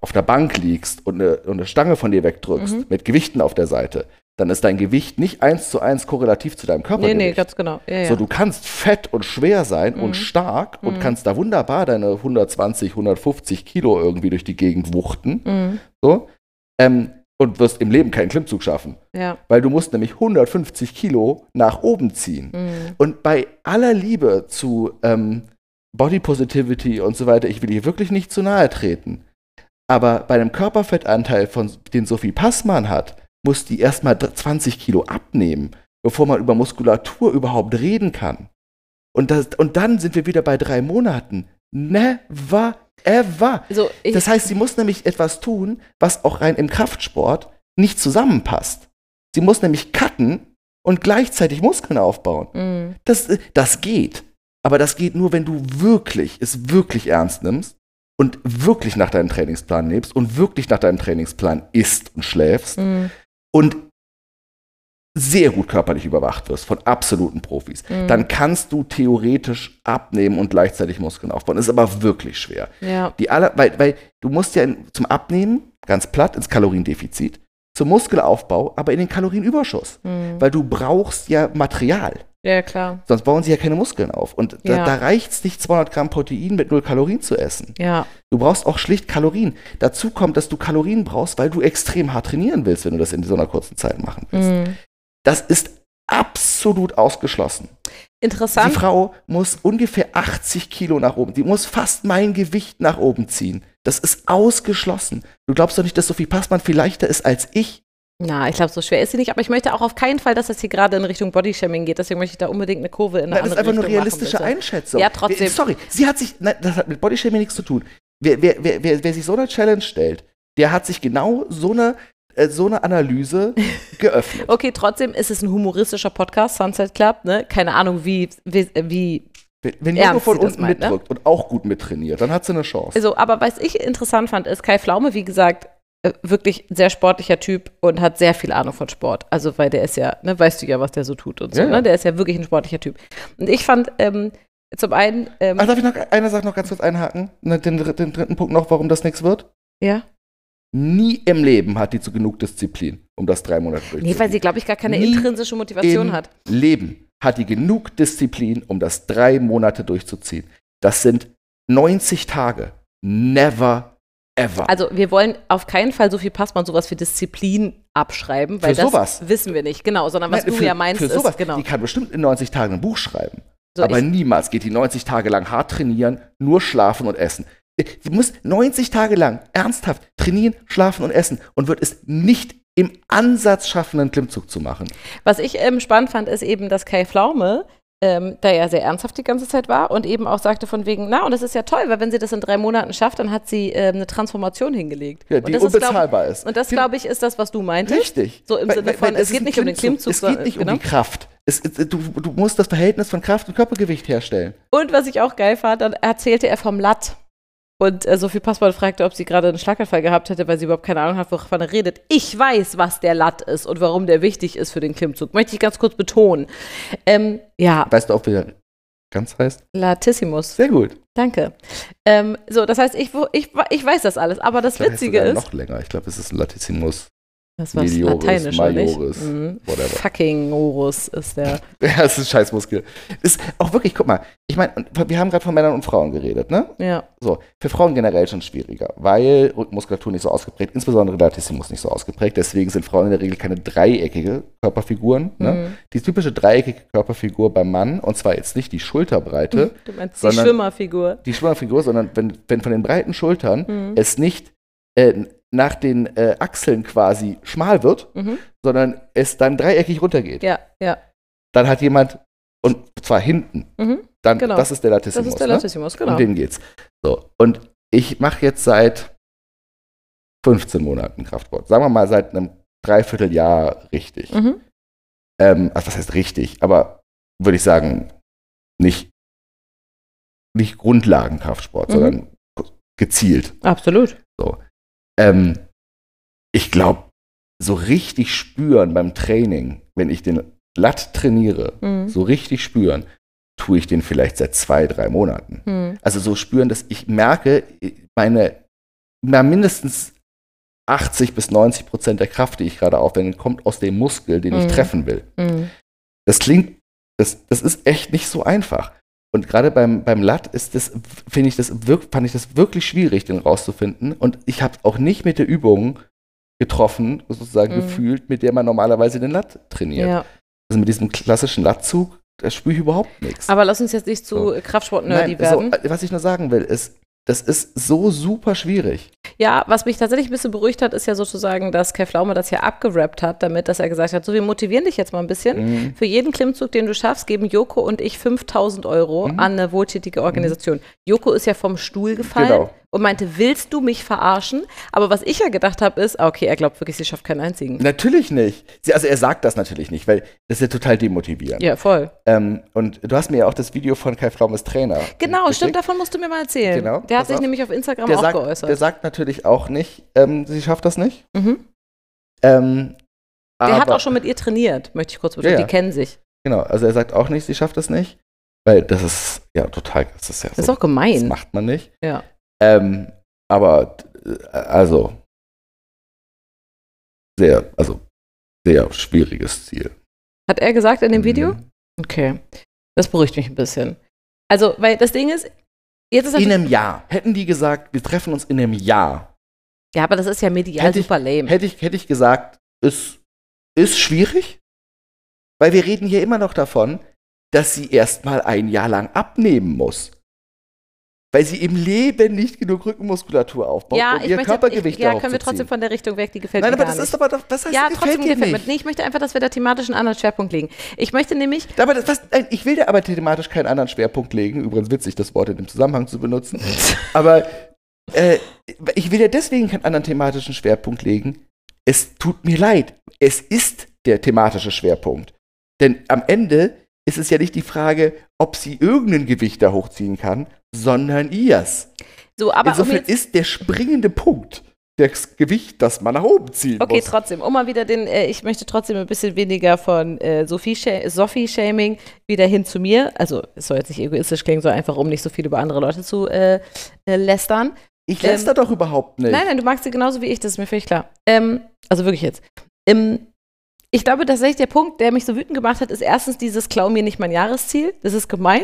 Speaker 5: auf einer Bank liegst und eine, und eine Stange von dir wegdrückst,
Speaker 4: Mhm.
Speaker 5: mit Gewichten auf der Seite, dann ist dein Gewicht nicht eins zu eins korrelativ zu deinem
Speaker 4: Nee,
Speaker 5: Körpergewicht.
Speaker 4: nee, ganz genau. Ja, ja.
Speaker 5: So, du kannst fett und schwer sein
Speaker 4: Mhm.
Speaker 5: und stark und
Speaker 4: Mhm.
Speaker 5: kannst da wunderbar deine 120, 150 Kilo irgendwie durch die Gegend wuchten.
Speaker 4: mhm.
Speaker 5: So. Ähm, und wirst im Leben keinen Klimmzug schaffen.
Speaker 4: Ja.
Speaker 5: Weil du musst nämlich 150 Kilo nach oben ziehen.
Speaker 4: Mhm.
Speaker 5: Und bei aller Liebe zu ähm, Body Positivity und so weiter, ich will hier wirklich nicht zu nahe treten. Aber bei einem Körperfettanteil, von, den Sophie Passmann hat, muss die erstmal 20 Kilo abnehmen, bevor man über Muskulatur überhaupt reden kann. Und, das, und dann sind wir wieder bei drei Monaten. Never, ever.
Speaker 4: So, ich,
Speaker 5: Das heißt, sie muss nämlich etwas tun, was auch rein im Kraftsport nicht zusammenpasst. Sie muss nämlich cutten und gleichzeitig Muskeln aufbauen.
Speaker 4: Mhm.
Speaker 5: Das, äh, das geht. Aber das geht nur, wenn du wirklich, es wirklich ernst nimmst und wirklich nach deinem Trainingsplan lebst und wirklich nach deinem Trainingsplan isst und schläfst
Speaker 4: Mhm.
Speaker 5: und sehr gut körperlich überwacht wirst von absoluten Profis,
Speaker 4: Mhm.
Speaker 5: dann kannst du theoretisch abnehmen und gleichzeitig Muskeln aufbauen. Ist aber wirklich schwer.
Speaker 4: Ja.
Speaker 5: Die aller, weil, weil du musst ja in, zum Abnehmen ganz platt ins Kaloriendefizit, zum Muskelaufbau, aber in den Kalorienüberschuss.
Speaker 4: Mhm.
Speaker 5: Weil du brauchst ja Material.
Speaker 4: Ja, klar.
Speaker 5: Sonst bauen sie ja keine Muskeln auf. Und da,
Speaker 4: Ja.
Speaker 5: da reicht es nicht, 200 Gramm Protein mit null Kalorien zu essen.
Speaker 4: Ja.
Speaker 5: Du brauchst auch schlicht Kalorien. Dazu kommt, dass du Kalorien brauchst, weil du extrem hart trainieren willst, wenn du das in so einer kurzen Zeit machen willst.
Speaker 4: Mhm.
Speaker 5: Das ist absolut ausgeschlossen. Die
Speaker 4: Interessant.
Speaker 5: Frau muss ungefähr 80 Kilo nach oben. Die muss fast mein Gewicht nach oben ziehen. Das ist ausgeschlossen. Du glaubst doch nicht, dass Sophie Passmann viel leichter ist als ich.
Speaker 4: Na, ich glaube, so schwer ist sie nicht, aber ich möchte auch auf keinen Fall, dass das hier gerade in Richtung Bodyshaming geht. Deswegen möchte ich da unbedingt eine Kurve in eine
Speaker 5: Nein, das ist
Speaker 4: andere
Speaker 5: einfach
Speaker 4: Richtung
Speaker 5: eine realistische
Speaker 4: machen, bitte.
Speaker 5: Einschätzung.
Speaker 4: Ja, trotzdem.
Speaker 5: Wer- Sorry, sie hat sich, nein, das hat mit Bodyshaming nichts zu tun. Wer, wer, wer, wer, wer sich so einer Challenge stellt, der hat sich genau so eine, äh, so eine Analyse geöffnet.
Speaker 4: Okay, trotzdem ist es ein humoristischer Podcast, Sunset Club, ne? Keine Ahnung, wie, wie, wie
Speaker 5: Wenn, wenn
Speaker 4: Ernst
Speaker 5: Joko von
Speaker 4: sie das
Speaker 5: unten
Speaker 4: meint, ne?
Speaker 5: mitdrückt und auch gut mittrainiert, dann hat sie eine Chance.
Speaker 4: Also, aber was ich interessant fand, ist Kai Pflaume, wie gesagt, äh, wirklich sehr sportlicher Typ und hat sehr viel Ahnung von Sport. Also, weil der ist ja, ne, weißt du ja, was der so tut und so,
Speaker 5: Ja, ja.
Speaker 4: ne? Der ist ja wirklich ein sportlicher Typ. Und ich fand ähm, zum einen, ähm,
Speaker 5: Ach, Ah, darf ich noch eine Sache noch ganz kurz einhaken? Ne, Den, dr- den dritten Punkt noch, warum das nichts wird?
Speaker 4: ja.
Speaker 5: Nie im Leben hat die zu genug Disziplin, um das drei Monate durchzuziehen.
Speaker 4: Nee, weil sie, glaube ich, gar keine
Speaker 5: Nie
Speaker 4: intrinsische Motivation
Speaker 5: Im
Speaker 4: hat.
Speaker 5: Leben hat die genug Disziplin, um das drei Monate durchzuziehen. Das sind 90 Tage. Never, ever.
Speaker 4: Also, wir wollen auf keinen Fall so viel Passmann sowas für Disziplin abschreiben, weil
Speaker 5: Für
Speaker 4: das
Speaker 5: sowas.
Speaker 4: wissen wir nicht, genau, sondern was
Speaker 5: Nein,
Speaker 4: du
Speaker 5: für-
Speaker 4: ja meinst,
Speaker 5: für sowas.
Speaker 4: ist, genau.
Speaker 5: Die kann bestimmt in 90 Tagen ein Buch schreiben.
Speaker 4: So,
Speaker 5: aber
Speaker 4: ich,
Speaker 5: niemals geht die 90 Tage lang hart trainieren, nur schlafen und essen. Sie muss 90 Tage lang ernsthaft trainieren, schlafen und essen und wird es nicht im Ansatz schaffen, einen Klimmzug zu machen.
Speaker 4: Was ich ähm, spannend fand, ist eben, dass Kai Pflaume, ähm, da ja sehr ernsthaft die ganze Zeit war und eben auch sagte von wegen, na, und das ist ja toll, weil wenn sie das in drei Monaten schafft, dann hat sie ähm, eine Transformation hingelegt.
Speaker 5: Ja,
Speaker 4: und
Speaker 5: die
Speaker 4: das ist, glaub,
Speaker 5: unbezahlbar Genau. ist.
Speaker 4: und das,
Speaker 5: Die-
Speaker 4: glaube ich, ist das, was du meintest.
Speaker 5: Richtig.
Speaker 4: So im
Speaker 5: Weil-
Speaker 4: Sinne
Speaker 5: weil-
Speaker 4: von,
Speaker 5: weil
Speaker 4: es
Speaker 5: ist
Speaker 4: geht
Speaker 5: ein
Speaker 4: nicht um den Klimmzug,
Speaker 5: Es geht
Speaker 4: sondern-
Speaker 5: nicht
Speaker 4: genau.
Speaker 5: um die Kraft. Es, es, du, du musst das Verhältnis von Kraft und Körpergewicht herstellen.
Speaker 4: Und was ich auch geil fand, dann erzählte er vom Latt. Und äh, Sophie Passmann fragte, ob sie gerade einen Schlaganfall gehabt hätte, weil sie überhaupt keine Ahnung hat, wovon er redet. Ich weiß, was der Latt ist und warum der wichtig ist für den Klimmzug. Möchte ich ganz kurz betonen. Ähm, ja,
Speaker 5: Weißt du auch, wie der ganz heißt?
Speaker 4: Latissimus.
Speaker 5: Sehr gut.
Speaker 4: Danke. Ähm, so, das heißt, ich, wo- ich, wa- ich weiß das alles, aber das
Speaker 5: Ich glaub, er heißt
Speaker 4: Witzige
Speaker 5: sogar
Speaker 4: ist,
Speaker 5: Noch länger. Ich glaube, es ist ein Latissimus.
Speaker 4: Das war
Speaker 5: Melioris,
Speaker 4: Lateinisch, oder nicht?
Speaker 5: Majoris,
Speaker 4: Mhm.
Speaker 5: whatever.
Speaker 4: Fucking Horus ist der.
Speaker 5: Ja, es ist ein Scheißmuskel. Ist auch wirklich, guck mal, ich meine, und wir haben gerade von Männern und Frauen geredet, ne?
Speaker 4: Ja.
Speaker 5: So, für Frauen generell schon schwieriger, weil Rückenmuskulatur nicht so ausgeprägt, insbesondere Latissimus nicht so ausgeprägt, deswegen sind Frauen in der Regel keine dreieckige Körperfiguren, ne?
Speaker 4: Mhm.
Speaker 5: Die typische dreieckige Körperfigur beim Mann, und zwar jetzt nicht die Schulterbreite,
Speaker 4: Du meinst die
Speaker 5: Hm? Sondern-
Speaker 4: Schwimmerfigur.
Speaker 5: die Schwimmerfigur, sondern wenn, wenn von den breiten Schultern
Speaker 4: Mhm.
Speaker 5: es nicht äh, nach den äh, Achseln quasi schmal wird,
Speaker 4: Mhm.
Speaker 5: sondern es dann dreieckig runtergeht.
Speaker 4: Ja, ja.
Speaker 5: Dann hat jemand, und zwar hinten,
Speaker 4: Mhm.
Speaker 5: dann,
Speaker 4: Genau.
Speaker 5: das ist der
Speaker 4: Das
Speaker 5: Latissimus.
Speaker 4: ist der
Speaker 5: ne?
Speaker 4: Latissimus, genau.
Speaker 5: Um den geht's. So, und ich mache jetzt seit 15 Monaten Kraftsport. Sagen wir mal seit einem Dreivierteljahr richtig.
Speaker 4: Mhm.
Speaker 5: Ähm, also was heißt richtig? Aber würde ich sagen, nicht, nicht Grundlagenkraftsport,
Speaker 4: Mhm.
Speaker 5: sondern gezielt.
Speaker 4: Absolut.
Speaker 5: Ähm, ich glaube, so richtig spüren beim Training, wenn ich den Latt trainiere,
Speaker 4: Mhm.
Speaker 5: so richtig spüren, tue ich den vielleicht seit zwei, drei Monaten.
Speaker 4: Mhm.
Speaker 5: Also so spüren, dass ich merke, äh, meine na, mindestens 80 bis 90 Prozent der Kraft, die ich gerade aufwende, kommt aus dem Muskel, den ich
Speaker 4: Mhm.
Speaker 5: treffen will.
Speaker 4: Mhm.
Speaker 5: Das klingt, das, das ist echt nicht so einfach. Und gerade beim, beim Lat ist das, finde ich das wirk, fand ich das wirklich schwierig, den rauszufinden. Und ich habe auch nicht mit der Übung getroffen, sozusagen
Speaker 4: Mhm.
Speaker 5: gefühlt, mit der man normalerweise den Lat trainiert.
Speaker 4: Ja.
Speaker 5: Also mit diesem klassischen Latzug, da spüre ich überhaupt nichts.
Speaker 4: Aber lass uns jetzt nicht zu Kraftsport-Nerdy werden.
Speaker 5: So, äh, was ich nur sagen will, ist, das ist so super schwierig.
Speaker 4: Ja, was mich tatsächlich ein bisschen beruhigt hat, ist ja sozusagen, dass Kev Laume das hier abgerappt hat, damit, dass er gesagt hat, so, wir motivieren dich jetzt mal ein bisschen.
Speaker 5: Mhm.
Speaker 4: Für jeden Klimmzug, den du schaffst, geben Joko und ich 5000 Euro
Speaker 5: Mhm.
Speaker 4: an eine wohltätige Organisation. Joko ist ja vom Stuhl gefallen
Speaker 5: Genau.
Speaker 4: und meinte, willst du mich verarschen? Aber was ich ja gedacht habe, ist, ah, okay, er glaubt wirklich, sie schafft keinen einzigen.
Speaker 5: Natürlich nicht. Sie, also er sagt das natürlich nicht, weil das ist ja total demotivierend.
Speaker 4: Ja, voll.
Speaker 5: Ähm, und du hast mir ja auch das Video von Kai Flaumes Trainer.
Speaker 4: Genau,
Speaker 5: geschickt.
Speaker 4: stimmt, davon musst du mir mal erzählen.
Speaker 5: Genau,
Speaker 4: Der hat
Speaker 5: pass
Speaker 4: sich
Speaker 5: auf.
Speaker 4: nämlich auf Instagram
Speaker 5: der
Speaker 4: auch
Speaker 5: sagt, Der
Speaker 4: geäußert.
Speaker 5: sagt natürlich auch nicht, ähm, sie schafft das nicht.
Speaker 4: Mhm.
Speaker 5: Ähm,
Speaker 4: Der,
Speaker 5: aber,
Speaker 4: hat auch schon mit ihr trainiert, möchte ich kurz betonen.
Speaker 5: Ja, ja.
Speaker 4: Die kennen sich.
Speaker 5: Genau, also er sagt auch nicht, sie schafft das nicht. Weil das ist ja total, das ist ja
Speaker 4: Das ist
Speaker 5: so,
Speaker 4: auch
Speaker 5: das
Speaker 4: gemein.
Speaker 5: macht man nicht.
Speaker 4: Ja.
Speaker 5: Ähm, aber äh, also sehr, also sehr schwieriges Ziel.
Speaker 4: Hat er gesagt in dem Video?
Speaker 5: Mhm.
Speaker 4: Okay. Das beruhigt mich ein bisschen. Also, weil das Ding ist, jetzt ist
Speaker 5: In
Speaker 4: natürlich,
Speaker 5: einem Jahr. Hätten die gesagt, wir treffen uns in einem Jahr.
Speaker 4: Ja, aber das ist ja medial
Speaker 5: Hätte ich-
Speaker 4: super lame.
Speaker 5: Hätte ich, hätte ich gesagt, ist, ist schwierig. Weil wir reden hier immer noch davon, dass sie erstmal ein Jahr lang abnehmen muss. Weil sie im Leben nicht genug Rückenmuskulatur aufbaut,
Speaker 4: ja,
Speaker 5: um ihr Körpergewicht
Speaker 4: ich, Ja,
Speaker 5: darauf
Speaker 4: können wir
Speaker 5: zu
Speaker 4: trotzdem
Speaker 5: ziehen.
Speaker 4: von der Richtung weg, die gefällt
Speaker 5: Nein,
Speaker 4: mir
Speaker 5: aber
Speaker 4: gar
Speaker 5: das
Speaker 4: nicht.
Speaker 5: ist aber doch, was heißt,
Speaker 4: ja,
Speaker 5: gefällt
Speaker 4: trotzdem
Speaker 5: dir
Speaker 4: gefällt mir.
Speaker 5: nicht?
Speaker 4: Nee, ich möchte einfach, dass wir da thematisch einen anderen Schwerpunkt legen. Ich möchte nämlich,
Speaker 5: Aber das, was, nein, ich will da aber thematisch keinen anderen Schwerpunkt legen. Übrigens witzig, das Wort in dem Zusammenhang zu benutzen. Aber äh, ich will ja deswegen keinen anderen thematischen Schwerpunkt legen. Es tut mir leid. Es ist der thematische Schwerpunkt. Denn am Ende ist es ja nicht die Frage, ob sie irgendein Gewicht da hochziehen kann, sondern ihrs.
Speaker 4: so, aber um
Speaker 5: Insofern
Speaker 4: jetzt,
Speaker 5: ist der springende Punkt das Gewicht, das man nach oben ziehen
Speaker 4: Okay,
Speaker 5: muss.
Speaker 4: trotzdem, um mal wieder den, äh, ich möchte trotzdem ein bisschen weniger von äh, Sophie Sha- Sophie-Shaming wieder hin zu mir. Also, es soll jetzt nicht egoistisch klingen, sondern einfach, um nicht so viel über andere Leute zu äh, äh, lästern.
Speaker 5: ich lässt da doch überhaupt nicht.
Speaker 4: Nein, nein, du magst sie genauso wie ich, das ist mir völlig klar. Ähm, also wirklich jetzt. Ähm, ich glaube tatsächlich, der Punkt, der mich so wütend gemacht hat, ist erstens dieses Klau mir nicht mein Jahresziel. Das ist gemein,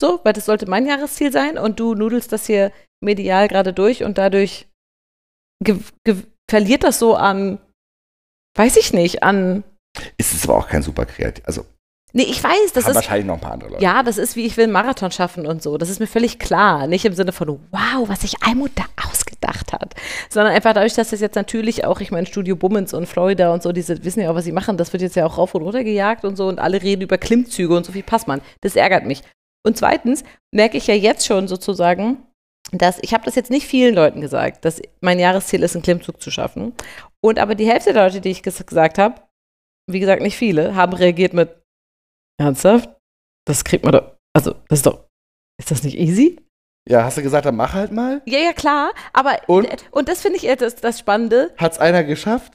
Speaker 4: so, weil das sollte mein Jahresziel sein und du nudelst das hier medial gerade durch und dadurch ge ge verliert das so an, weiß ich nicht, an.
Speaker 5: Es ist aber auch kein super kreativ. Also
Speaker 4: Nee, ich weiß, das
Speaker 5: haben
Speaker 4: ist.
Speaker 5: wahrscheinlich noch ein paar andere Leute.
Speaker 4: Ja, das ist wie ich will einen Marathon schaffen und so. Das ist mir völlig klar. Nicht im Sinne von, wow, was sich Almut da ausgedacht hat. Sondern einfach dadurch, dass das jetzt natürlich auch, ich meine, Studio Bummens und Florida und so, diese wissen ja auch, was sie machen. Das wird jetzt ja auch rauf und runter gejagt und so und alle reden über Klimmzüge und so viel Passmann. Das ärgert mich. Und zweitens merke ich ja jetzt schon sozusagen, dass ich habe das jetzt nicht vielen Leuten gesagt, dass mein Jahresziel ist, einen Klimmzug zu schaffen. Und aber die Hälfte der Leute, die ich ges gesagt habe, wie gesagt, nicht viele, haben reagiert mit Ernsthaft? Das kriegt man doch. Also, das ist doch. Ist das nicht easy?
Speaker 5: ja, hast du gesagt, dann mach halt mal?
Speaker 4: Ja, ja, klar. Aber.
Speaker 5: Und?
Speaker 4: und das finde ich eher das, das Spannende.
Speaker 5: Hat's einer geschafft?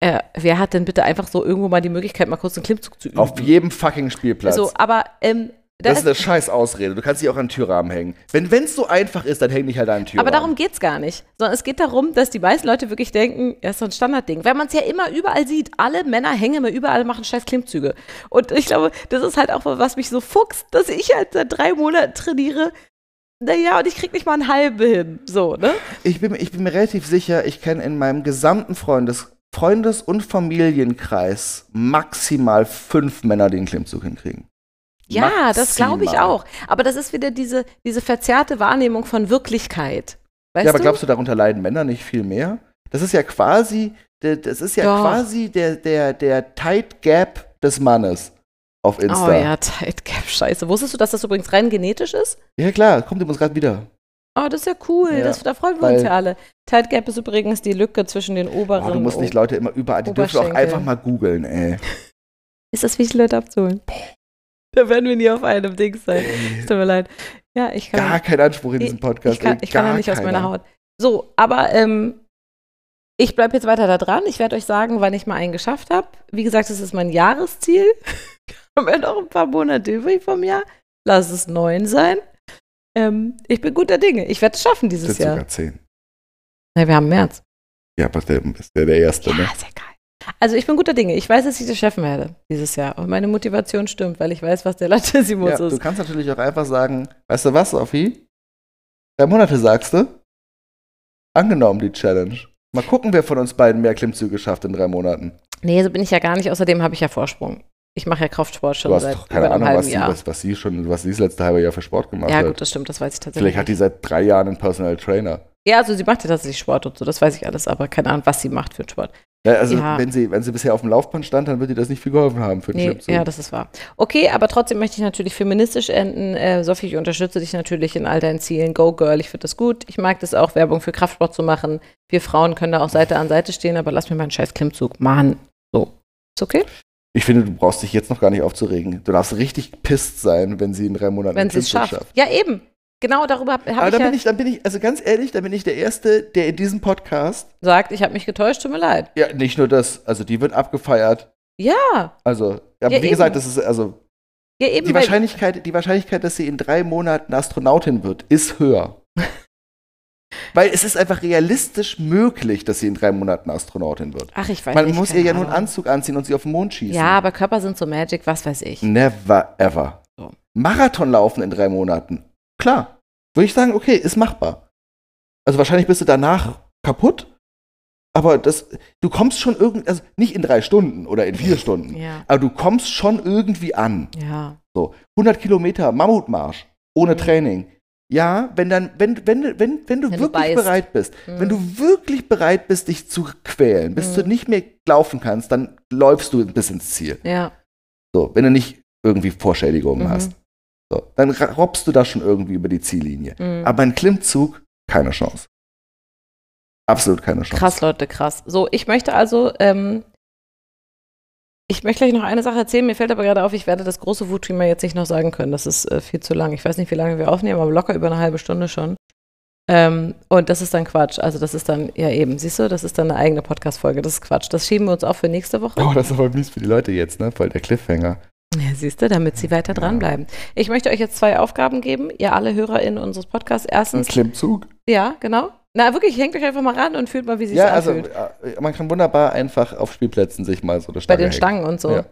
Speaker 4: Äh, wer Mhm. hat denn bitte einfach so irgendwo mal die Möglichkeit, mal kurz einen Klimmzug zu üben? Also,
Speaker 5: Auf jedem fucking Spielplatz.
Speaker 4: So, aber ähm, Da
Speaker 5: das ist eine scheiß Ausrede. Du kannst dich auch an den Türrahmen hängen. Wenn es so einfach ist, dann häng dich halt an den Türrahmen.
Speaker 4: aber darum geht's gar nicht. Sondern es geht darum, dass die meisten Leute wirklich denken, ja, ist so ein Standardding. Weil man es ja immer überall sieht. Alle Männer hängen immer überall, machen scheiß Klimmzüge. Und ich glaube, das ist halt auch, was mich so fuchst, dass ich halt seit drei Monaten trainiere. Naja, und ich krieg nicht mal einen halben hin. So, ne?
Speaker 5: ich, bin, ich bin mir relativ sicher, ich kenne in meinem gesamten Freundes-, Freundes und Familienkreis maximal fünf Männer, die einen Klimmzug hinkriegen.
Speaker 4: Ja, das glaube ich
Speaker 5: Maximal.
Speaker 4: auch. Aber das ist wieder diese, diese verzerrte Wahrnehmung von Wirklichkeit. Weißt
Speaker 5: ja, aber
Speaker 4: du?
Speaker 5: glaubst du, darunter leiden Männer nicht viel mehr? Das ist ja quasi, der- das ist ja
Speaker 4: Doch.
Speaker 5: quasi der, der, der Tight Gap des Mannes auf Insta.
Speaker 4: Oh ja, Tight Gap, scheiße. Wusstest du, dass das übrigens rein genetisch ist?
Speaker 5: ja, klar, kommt übrigens gerade wieder.
Speaker 4: Oh, das ist ja cool.
Speaker 5: Ja,
Speaker 4: das, da freuen wir
Speaker 5: weil-
Speaker 4: uns ja alle. Tight Gap ist übrigens die Lücke zwischen den oberen.
Speaker 5: Oh, du musst nicht
Speaker 4: Ober-
Speaker 5: Leute immer überall, die dürfen auch
Speaker 4: Oberschenkel.
Speaker 5: einfach mal googeln, ey.
Speaker 4: Ist das wichtig, Leute abzuholen? Da werden wir nie auf einem Ding sein. Es Tut mir leid. Ja, ich kann.
Speaker 5: Gar kein Anspruch in
Speaker 4: Ich-
Speaker 5: diesem Podcast.
Speaker 4: Ich kann,
Speaker 5: ey,
Speaker 4: ich kann
Speaker 5: gar
Speaker 4: ja nicht aus
Speaker 5: keiner.
Speaker 4: meiner Haut. So, aber ähm, ich bleibe jetzt weiter da dran. Ich werde euch sagen, wann ich mal einen geschafft habe. Wie gesagt, das ist mein Jahresziel. Haben wir noch ein paar Monate übrig vom Jahr? Lass es neun sein. Ähm, ich bin guter Dinge. Ich werde es schaffen
Speaker 5: Das
Speaker 4: dieses
Speaker 5: sind
Speaker 4: Jahr.
Speaker 5: sogar zehn.
Speaker 4: Na, wir haben März. Ah,
Speaker 5: Ja, aber der ist der, der Erste,
Speaker 4: Ja,
Speaker 5: ne?
Speaker 4: sehr geil. Also ich bin guter Dinge. Ich weiß, dass ich das schaffen werde dieses Jahr. Und meine Motivation stimmt, weil ich weiß, was der Latissimus
Speaker 5: Ja, du
Speaker 4: ist.
Speaker 5: kannst natürlich auch einfach sagen, weißt du was, Sophie? Drei Monate sagst du? Angenommen, die Challenge. Mal gucken, wer von uns beiden mehr Klimmzüge schafft in drei Monaten.
Speaker 4: Nee, so bin ich ja gar nicht. Außerdem habe ich ja Vorsprung. Ich mache ja Kraftsport schon
Speaker 5: Du hast
Speaker 4: seit
Speaker 5: doch keine
Speaker 4: über einem
Speaker 5: Ahnung,
Speaker 4: halben
Speaker 5: was sie,
Speaker 4: Jahr.
Speaker 5: was, was sie schon, was sie das letzte halbe Jahr für Sport gemacht
Speaker 4: Ja, gut, genau.
Speaker 5: hat.
Speaker 4: das stimmt, das weiß ich tatsächlich.
Speaker 5: halt. Vielleicht hat die seit drei Jahren einen Personal Trainer.
Speaker 4: ja, also sie macht ja tatsächlich Sport und so, das weiß ich alles, aber keine Ahnung, was sie macht für einen Sport.
Speaker 5: Ja, also,
Speaker 4: Ja.
Speaker 5: Wenn, sie, wenn sie bisher auf dem Laufband stand, dann wird ihr das nicht viel geholfen haben für den
Speaker 4: Nee,
Speaker 5: Klimmzug.
Speaker 4: ja, das ist wahr. Okay, aber trotzdem möchte ich natürlich feministisch enden. Äh, Sophie, ich unterstütze dich natürlich in all deinen Zielen. Go Girl, ich finde das gut. Ich mag das auch, Werbung für Kraftsport zu machen. Wir Frauen können da auch Seite an Seite stehen, aber lass mir meinen scheiß Klimmzug. Mann. So. Ist okay?
Speaker 5: Ich finde, du brauchst dich jetzt noch gar nicht aufzuregen. Du darfst richtig pisst sein, wenn sie in drei Monaten
Speaker 4: Wenn
Speaker 5: einen
Speaker 4: sie es
Speaker 5: Klimmzug
Speaker 4: schafft. Ja, eben. Genau darüber habe
Speaker 5: Aber
Speaker 4: hab ich
Speaker 5: dann
Speaker 4: ja
Speaker 5: bin ich, dann bin ich, also ganz ehrlich, dann bin ich der Erste, der in diesem Podcast
Speaker 4: gesagt, ich habe mich getäuscht, tut mir leid.
Speaker 5: Ja, nicht nur das, also die wird abgefeiert.
Speaker 4: Ja,
Speaker 5: Also, aber
Speaker 4: Ja,
Speaker 5: wie gesagt,
Speaker 4: eben.
Speaker 5: das ist also
Speaker 4: ja eben.
Speaker 5: die
Speaker 4: weil-
Speaker 5: Wahrscheinlichkeit, die Wahrscheinlichkeit, dass sie in drei Monaten Astronautin wird, ist höher. Weil es ist einfach realistisch möglich, dass sie in drei Monaten Astronautin wird.
Speaker 4: Ach, ich weiß
Speaker 5: Man
Speaker 4: nicht,
Speaker 5: muss ihr
Speaker 4: keine
Speaker 5: ja nur einen
Speaker 4: Ahnung.
Speaker 5: Anzug anziehen und sie auf den Mond schießen.
Speaker 4: Ja, aber Körper sind so Magic, was weiß ich.
Speaker 5: Never ever.
Speaker 4: So.
Speaker 5: Marathon laufen in drei Monaten. Klar. Würde ich sagen, okay, ist machbar. Also wahrscheinlich bist du danach kaputt, aber das, du kommst schon irgendwie, also nicht in drei Stunden oder in vier Stunden,
Speaker 4: Ja.
Speaker 5: aber du kommst schon irgendwie an.
Speaker 4: Ja.
Speaker 5: So, 100 Kilometer Mammutmarsch ohne
Speaker 4: Mhm.
Speaker 5: Training. Ja, wenn dann, wenn, wenn, wenn, wenn
Speaker 4: Wenn
Speaker 5: du
Speaker 4: du
Speaker 5: wirklich
Speaker 4: beißt.
Speaker 5: bereit bist, wenn du wirklich bereit bist, dich zu quälen, bis du
Speaker 4: Mhm.
Speaker 5: nicht mehr laufen kannst, dann läufst du bis ins Ziel.
Speaker 4: Mm. Ja.
Speaker 5: So, wenn du nicht irgendwie Vorschädigungen
Speaker 4: Mhm.
Speaker 5: hast, so, dann ra- robbst du das schon irgendwie über die Ziellinie.
Speaker 4: Mhm.
Speaker 5: Aber ein Klimmzug, keine Chance. Absolut keine Chance.
Speaker 4: Krass, Leute, krass. So, ich möchte also, ähm, ich möchte gleich noch eine Sache erzählen. Mir fällt aber gerade auf, ich werde das große Wutthema jetzt nicht noch sagen können. Das ist äh, viel zu lang. Ich weiß nicht, wie lange wir aufnehmen, aber locker über eine halbe Stunde schon. Ähm, und das ist dann Quatsch. Also das ist dann, ja eben, siehst du, das ist dann eine eigene Podcast-Folge. Das ist Quatsch. Das schieben wir uns auch für nächste Woche.
Speaker 5: Oh, das ist aber mies für die Leute jetzt, ne? Voll der Cliffhanger.
Speaker 4: Ja, siehst du, damit sie weiter dranbleiben. Ich möchte euch jetzt zwei Aufgaben geben, ihr alle HörerInnen unseres Podcasts.
Speaker 5: Ein
Speaker 4: Erstens,
Speaker 5: Klimmzug?
Speaker 4: ja, genau. Na wirklich, hängt euch einfach mal ran und fühlt mal, wie sie
Speaker 5: Ja,
Speaker 4: es
Speaker 5: also
Speaker 4: anfühlt.
Speaker 5: äh, man kann wunderbar einfach auf Spielplätzen sich mal so eine
Speaker 4: Bei
Speaker 5: Stange
Speaker 4: den
Speaker 5: hängen.
Speaker 4: Stangen und so.
Speaker 5: Ja.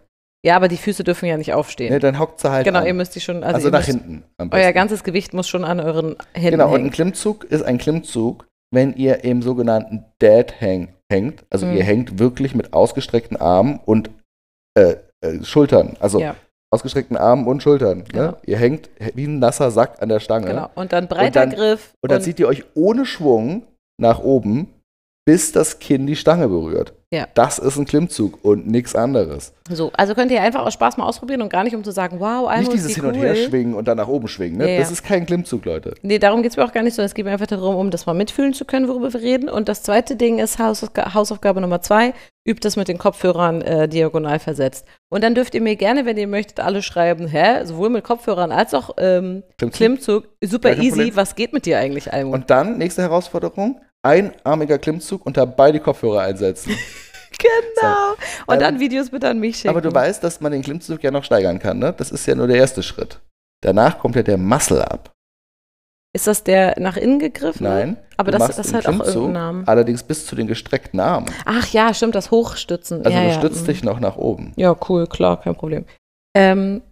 Speaker 4: Ja. aber die Füße dürfen ja nicht aufstehen.
Speaker 5: Ne, dann hockt sie halt
Speaker 4: genau,
Speaker 5: an.
Speaker 4: ihr müsst die schon, also,
Speaker 5: also
Speaker 4: ihr
Speaker 5: nach
Speaker 4: müsst,
Speaker 5: hinten. am
Speaker 4: euer
Speaker 5: besten.
Speaker 4: ganzes Gewicht muss schon an euren Händen
Speaker 5: Genau, und ein
Speaker 4: hängen.
Speaker 5: Klimmzug ist ein Klimmzug, wenn ihr im sogenannten Dead Hang hängt. Also
Speaker 4: Mhm.
Speaker 5: ihr hängt wirklich mit ausgestreckten Armen und äh, äh, Schultern. Also
Speaker 4: Ja.
Speaker 5: ausgestreckten Armen und Schultern. Ne?
Speaker 4: Genau.
Speaker 5: Ihr hängt wie ein nasser Sack an der Stange.
Speaker 4: Genau, und dann breiter
Speaker 5: ne? Und dann-
Speaker 4: Griff.
Speaker 5: Und dann zieht ihr euch ohne Schwung nach oben, bis das Kinn die Stange berührt.
Speaker 4: Ja.
Speaker 5: Das ist ein Klimmzug und nichts anderes.
Speaker 4: so. Also könnt ihr einfach aus Spaß mal ausprobieren und gar nicht, um zu sagen, wow, einmal
Speaker 5: Nicht dieses
Speaker 4: wie
Speaker 5: Hin-
Speaker 4: cool.
Speaker 5: und Herschwingen und dann nach oben schwingen. Ne?
Speaker 4: Ja, ja.
Speaker 5: Das ist kein Klimmzug, Leute.
Speaker 4: Nee, darum geht es mir auch gar nicht, sondern es geht mir einfach darum, um das mal mitfühlen zu können, worüber wir reden. Und das zweite Ding ist Hausaufga- Hausaufgabe Nummer zwei, übt das mit den Kopfhörern äh, diagonal versetzt. Und dann dürft ihr mir gerne, wenn ihr möchtet, alle schreiben, hä, sowohl mit Kopfhörern als auch ähm,
Speaker 5: Klimmzug.
Speaker 4: Klimmzug, super
Speaker 5: Ja, kein
Speaker 4: easy,
Speaker 5: Problem.
Speaker 4: was geht mit dir eigentlich, Almut?
Speaker 5: Und dann, nächste Herausforderung, einarmiger Klimmzug und dabei die Kopfhörer einsetzen.
Speaker 4: Genau. Und
Speaker 5: Ähm,
Speaker 4: dann Videos bitte an mich schicken.
Speaker 5: Aber du weißt, dass man den Klimmzug ja noch steigern kann, ne? Das ist ja nur der erste Schritt. Danach kommt ja der Muscle Up.
Speaker 4: Ist das der nach innen gegriffen?
Speaker 5: Nein.
Speaker 4: Mhm. Aber
Speaker 5: du
Speaker 4: das-
Speaker 5: machst Also
Speaker 4: das
Speaker 5: im
Speaker 4: hat auch
Speaker 5: Klimmzug,
Speaker 4: irgendeinen Namen.
Speaker 5: Allerdings bis zu den gestreckten Armen.
Speaker 4: Ach ja, stimmt, das Hochstützen.
Speaker 5: Also
Speaker 4: ja,
Speaker 5: du
Speaker 4: ja.
Speaker 5: stützt
Speaker 4: mhm.
Speaker 5: dich noch nach oben.
Speaker 4: Ja, cool, klar, kein Problem. Ähm,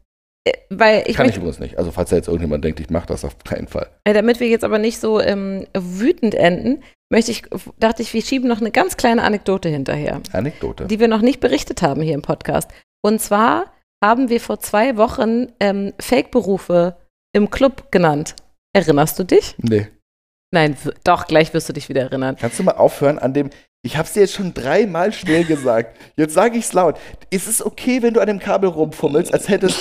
Speaker 4: äh, weil ich
Speaker 5: Kann ich
Speaker 4: möchte,
Speaker 5: übrigens nicht. Also falls da jetzt irgendjemand denkt, ich mache das auf keinen Fall.
Speaker 4: äh, damit wir jetzt aber nicht so ähm, wütend enden, möchte ich, dachte ich, wir schieben noch eine ganz kleine Anekdote hinterher,
Speaker 5: Anekdote.
Speaker 4: die wir noch nicht berichtet haben hier im Podcast. Und zwar haben wir vor zwei Wochen ähm, Fake-Berufe im Club genannt. Erinnerst du dich?
Speaker 5: nee.
Speaker 4: Nein, w- doch, gleich wirst du dich wieder erinnern.
Speaker 5: Kannst du mal aufhören an dem. Ich hab's dir jetzt schon dreimal schnell gesagt. Jetzt sage ich's laut. Es ist okay, wenn du an dem Kabel rumfummelst, als hättest.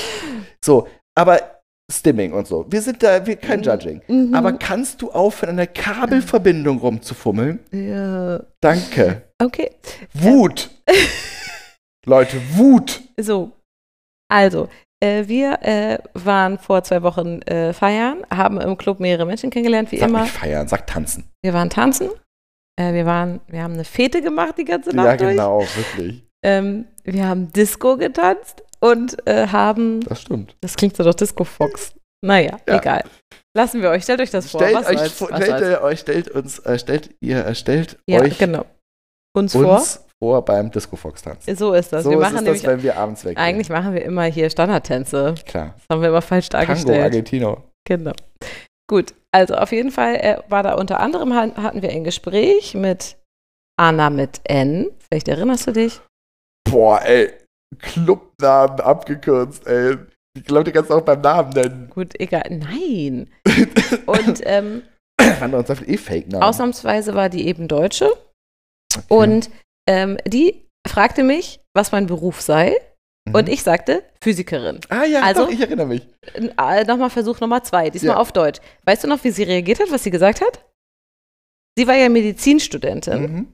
Speaker 5: So, aber Stimming und so. Wir sind da, wir
Speaker 4: Mhm.
Speaker 5: kein Judging. Aber kannst du aufhören, an der Kabelverbindung rumzufummeln?
Speaker 4: Ja.
Speaker 5: Danke.
Speaker 4: Äh, Okay.
Speaker 5: Wut. Leute, Wut.
Speaker 4: So, also, äh, wir äh, waren vor zwei Wochen äh, feiern, haben im Club mehrere Menschen kennengelernt, wie
Speaker 5: Sag
Speaker 4: immer.
Speaker 5: nicht feiern, sag tanzen.
Speaker 4: Wir waren tanzen, äh, wir, waren, wir haben eine Fete gemacht die ganze Nacht
Speaker 5: genau.
Speaker 4: durch.
Speaker 5: wirklich.
Speaker 4: Ähm, wir haben Disco getanzt und äh, haben,
Speaker 5: Das stimmt.
Speaker 4: das klingt so doch Disco Fox. Naja,
Speaker 5: Ja.
Speaker 4: egal. Lassen wir euch, stellt euch das vor.
Speaker 5: Stellt
Speaker 4: was
Speaker 5: euch,
Speaker 4: soll's,
Speaker 5: vor-
Speaker 4: was
Speaker 5: stellt,
Speaker 4: soll's.
Speaker 5: ihr euch, stellt uns, äh, stellt ihr, äh, stellt
Speaker 4: ja,
Speaker 5: euch
Speaker 4: genau. Uns, vor.
Speaker 5: uns vor beim Disco Fox tanzen.
Speaker 4: So ist das.
Speaker 5: so
Speaker 4: wir
Speaker 5: ist
Speaker 4: machen
Speaker 5: es das,
Speaker 4: nämlich,
Speaker 5: wenn wir abends weggehen.
Speaker 4: eigentlich machen wir immer hier Standardtänze.
Speaker 5: klar.
Speaker 4: Das haben wir immer falsch
Speaker 5: Tango
Speaker 4: dargestellt.
Speaker 5: Argentino.
Speaker 4: Genau. Gut, also auf jeden Fall äh, war da unter anderem ha- hatten wir ein Gespräch mit Anna mit N. Vielleicht erinnerst du dich.
Speaker 5: Boah, ey, Clubnamen abgekürzt, ey. Ich glaube, die kannst du auch beim Namen nennen.
Speaker 4: Gut, egal. Nein. Und ähm,
Speaker 5: Andere uns eh Fake-Namen.
Speaker 4: ausnahmsweise war die eben Deutsche.
Speaker 5: Okay.
Speaker 4: Und ähm, die fragte mich, was mein Beruf sei.
Speaker 5: Mhm.
Speaker 4: Und ich sagte, Physikerin.
Speaker 5: Ah ja,
Speaker 4: also-
Speaker 5: doch, ich erinnere mich.
Speaker 4: Äh, nochmal Versuch Nummer zwei, diesmal
Speaker 5: Ja.
Speaker 4: auf Deutsch. Weißt du noch, wie sie reagiert hat, was sie gesagt hat? Sie war ja Medizinstudentin.
Speaker 5: Mhm.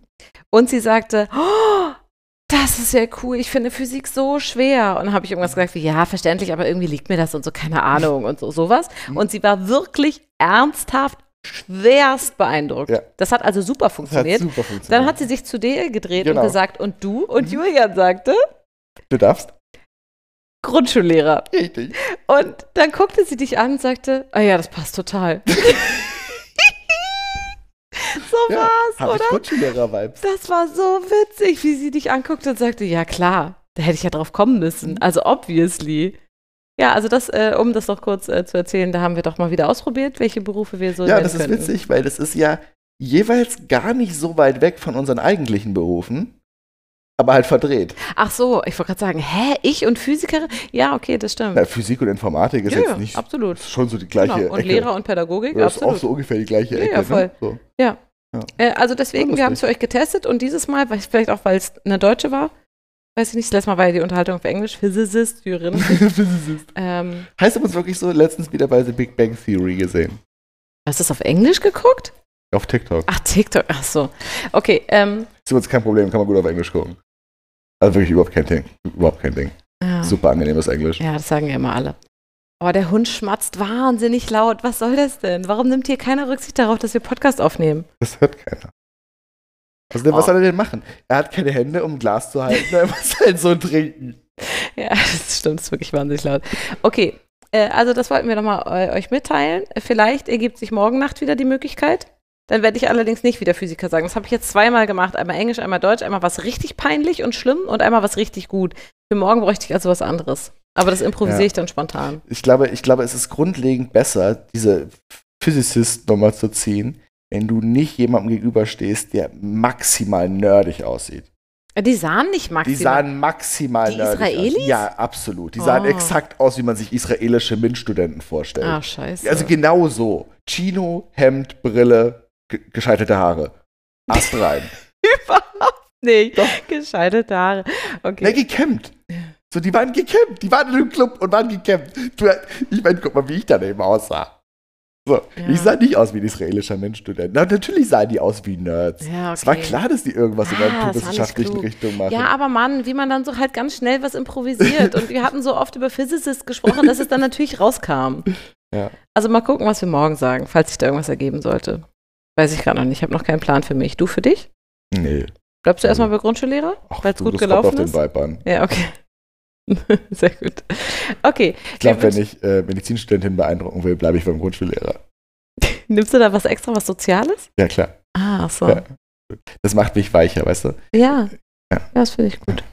Speaker 4: Und sie sagte, oh, das ist ja cool, ich finde Physik so schwer. Und dann habe ich irgendwas gesagt wie, ja, verständlich, aber irgendwie liegt mir das und so, keine Ahnung und so sowas.
Speaker 5: Mhm.
Speaker 4: Und sie war wirklich ernsthaft schwerst beeindruckt.
Speaker 5: Ja.
Speaker 4: Das hat also super
Speaker 5: Das hat
Speaker 4: funktioniert.
Speaker 5: super funktioniert.
Speaker 4: Dann hat sie sich zu dir gedreht
Speaker 5: Genau. Mhm.
Speaker 4: und gesagt, und du? Und Julian sagte,
Speaker 5: du darfst.
Speaker 4: Grundschullehrer.
Speaker 5: Richtig.
Speaker 4: Und dann guckte sie dich an und sagte, ah ja, das passt total. so
Speaker 5: Ja,
Speaker 4: war's,
Speaker 5: Habe
Speaker 4: oder?
Speaker 5: ich Grundschullehrer-Vibes.
Speaker 4: Das war so witzig, wie sie dich anguckte und sagte, ja klar, da hätte ich ja drauf kommen müssen. Also obviously. Ja, also das, äh, um das noch kurz äh, zu erzählen, da haben wir doch mal wieder ausprobiert, welche Berufe wir so
Speaker 5: Ja,
Speaker 4: nennen
Speaker 5: das ist
Speaker 4: könnten.
Speaker 5: witzig, weil das ist ja jeweils gar nicht so weit weg von unseren eigentlichen Berufen, aber halt verdreht.
Speaker 4: Ach so, ich wollte gerade sagen, hä, ich und Physikerin? Ja, okay, das stimmt.
Speaker 5: Na, Physik und Informatik ist
Speaker 4: ja, ja,
Speaker 5: jetzt nicht
Speaker 4: absolut.
Speaker 5: ist schon so die gleiche
Speaker 4: genau. Und
Speaker 5: Ecke.
Speaker 4: Lehrer und Pädagogik,
Speaker 5: das ist
Speaker 4: absolut.
Speaker 5: auch so ungefähr die gleiche
Speaker 4: Ja,
Speaker 5: Ecke.
Speaker 4: ja, voll.
Speaker 5: Ne? So.
Speaker 4: Äh, also deswegen,
Speaker 5: War
Speaker 4: wir haben es
Speaker 5: lustig.
Speaker 4: für euch getestet und dieses Mal, weil- vielleicht auch, weil es eine Deutsche war, weiß ich nicht, das letzte Mal war ja die Unterhaltung auf Englisch, Physicist, Jürin.
Speaker 5: Physicist.
Speaker 4: ähm,
Speaker 5: heißt übrigens wirklich so, letztens wieder bei The Big Bang Theory gesehen.
Speaker 4: hast du es auf Englisch geguckt?
Speaker 5: Auf TikTok.
Speaker 4: Ach, TikTok, ach so. Okay, ähm,
Speaker 5: Ist übrigens kein Problem, kann man gut auf Englisch gucken. Also wirklich überhaupt kein Ding. Überhaupt kein Ding.
Speaker 4: ja.
Speaker 5: Super angenehmes Englisch.
Speaker 4: Ah. ja, das sagen ja immer alle. Oh, der Hund schmatzt wahnsinnig laut. Was soll das denn? Warum nimmt hier keiner Rücksicht darauf, dass wir Podcast aufnehmen?
Speaker 5: Das hört keiner. Was, denn, was
Speaker 4: Oh.
Speaker 5: soll er denn machen? Er hat keine Hände, um ein Glas zu halten, er muss halt so trinken.
Speaker 4: Ja, das stimmt, ist wirklich wahnsinnig laut. Okay, äh, also das wollten wir nochmal äh, euch mitteilen. Vielleicht ergibt sich morgen Nacht wieder die Möglichkeit. Dann werde ich allerdings nicht wieder Physiker sagen. Das habe ich jetzt zweimal gemacht. Einmal Englisch, einmal Deutsch, einmal was richtig peinlich und schlimm und einmal was richtig gut. Für morgen bräuchte ich also was anderes. Aber das improvisiere
Speaker 5: Ja.
Speaker 4: ich dann spontan.
Speaker 5: Ich glaube, ich glaube, es ist grundlegend besser, diese Physicist-Nummer zu ziehen, wenn du nicht jemandem gegenüberstehst, der maximal nerdig aussieht.
Speaker 4: Die sahen nicht maximal.
Speaker 5: Die sahen maximal
Speaker 4: Die
Speaker 5: nerdig
Speaker 4: Israelis?
Speaker 5: aus. Ja, absolut. Die sahen
Speaker 4: Oh.
Speaker 5: exakt aus, wie man sich israelische MINT-Studenten vorstellt.
Speaker 4: Ah, scheiße.
Speaker 5: also genau so. Chino, Hemd, Brille, ge gescheitelte Haare. Ast rein.
Speaker 4: Überhaupt nicht.
Speaker 5: Doch.
Speaker 4: Gescheiterte Haare. Okay.
Speaker 5: Na, gekämmt. So, die waren gekämmt. Die waren in einem Club und waren gekämmt. Du, ich meine, guck mal, wie ich daneben aussah. So,
Speaker 4: Ja.
Speaker 5: ich sah nicht aus wie ein israelischer MINT-Student. Na, natürlich sahen die aus wie Nerds.
Speaker 4: Ja,
Speaker 5: Es war
Speaker 4: okay.
Speaker 5: klar, dass die irgendwas in
Speaker 4: Ah,
Speaker 5: der
Speaker 4: das war nicht
Speaker 5: naturwissenschaftlichen
Speaker 4: klug.
Speaker 5: Richtung machen.
Speaker 4: Ja, aber Mann, wie man dann so halt ganz schnell was improvisiert. Und wir hatten so oft über Physicist gesprochen, dass es dann natürlich rauskam.
Speaker 5: Ja.
Speaker 4: Also mal gucken, was wir morgen sagen, falls sich da irgendwas ergeben sollte. Weiß ich gerade noch nicht. Ich habe noch keinen Plan für mich. Du für dich?
Speaker 5: nee. Hm.
Speaker 4: Bleibst du erstmal bei Grundschullehrer?
Speaker 5: Ach,
Speaker 4: Weil's
Speaker 5: du,
Speaker 4: gut
Speaker 5: das
Speaker 4: gelaufen
Speaker 5: kommt auf
Speaker 4: ist?
Speaker 5: den Vibe an.
Speaker 4: Ja, okay. Sehr gut. Okay.
Speaker 5: Ich glaube,
Speaker 4: Clemens,
Speaker 5: wenn ich äh, Medizinstudentin beeindrucken will, bleibe ich beim Grundschullehrer.
Speaker 4: Nimmst du da was extra, was Soziales?
Speaker 5: Ja, klar.
Speaker 4: Ah, ach so.
Speaker 5: Ja. Das macht mich weicher, weißt du?
Speaker 4: Ja.
Speaker 5: Ja.
Speaker 4: Ja, das finde ich gut.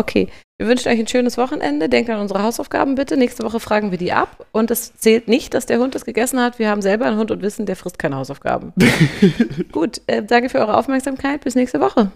Speaker 4: Okay, wir wünschen euch ein schönes Wochenende. Denkt an unsere Hausaufgaben bitte. Nächste Woche fragen wir die ab. Und es zählt nicht, dass der Hund es gegessen hat. Wir haben selber einen Hund und wissen, der frisst keine Hausaufgaben. gut, äh, danke für eure Aufmerksamkeit. Bis nächste Woche.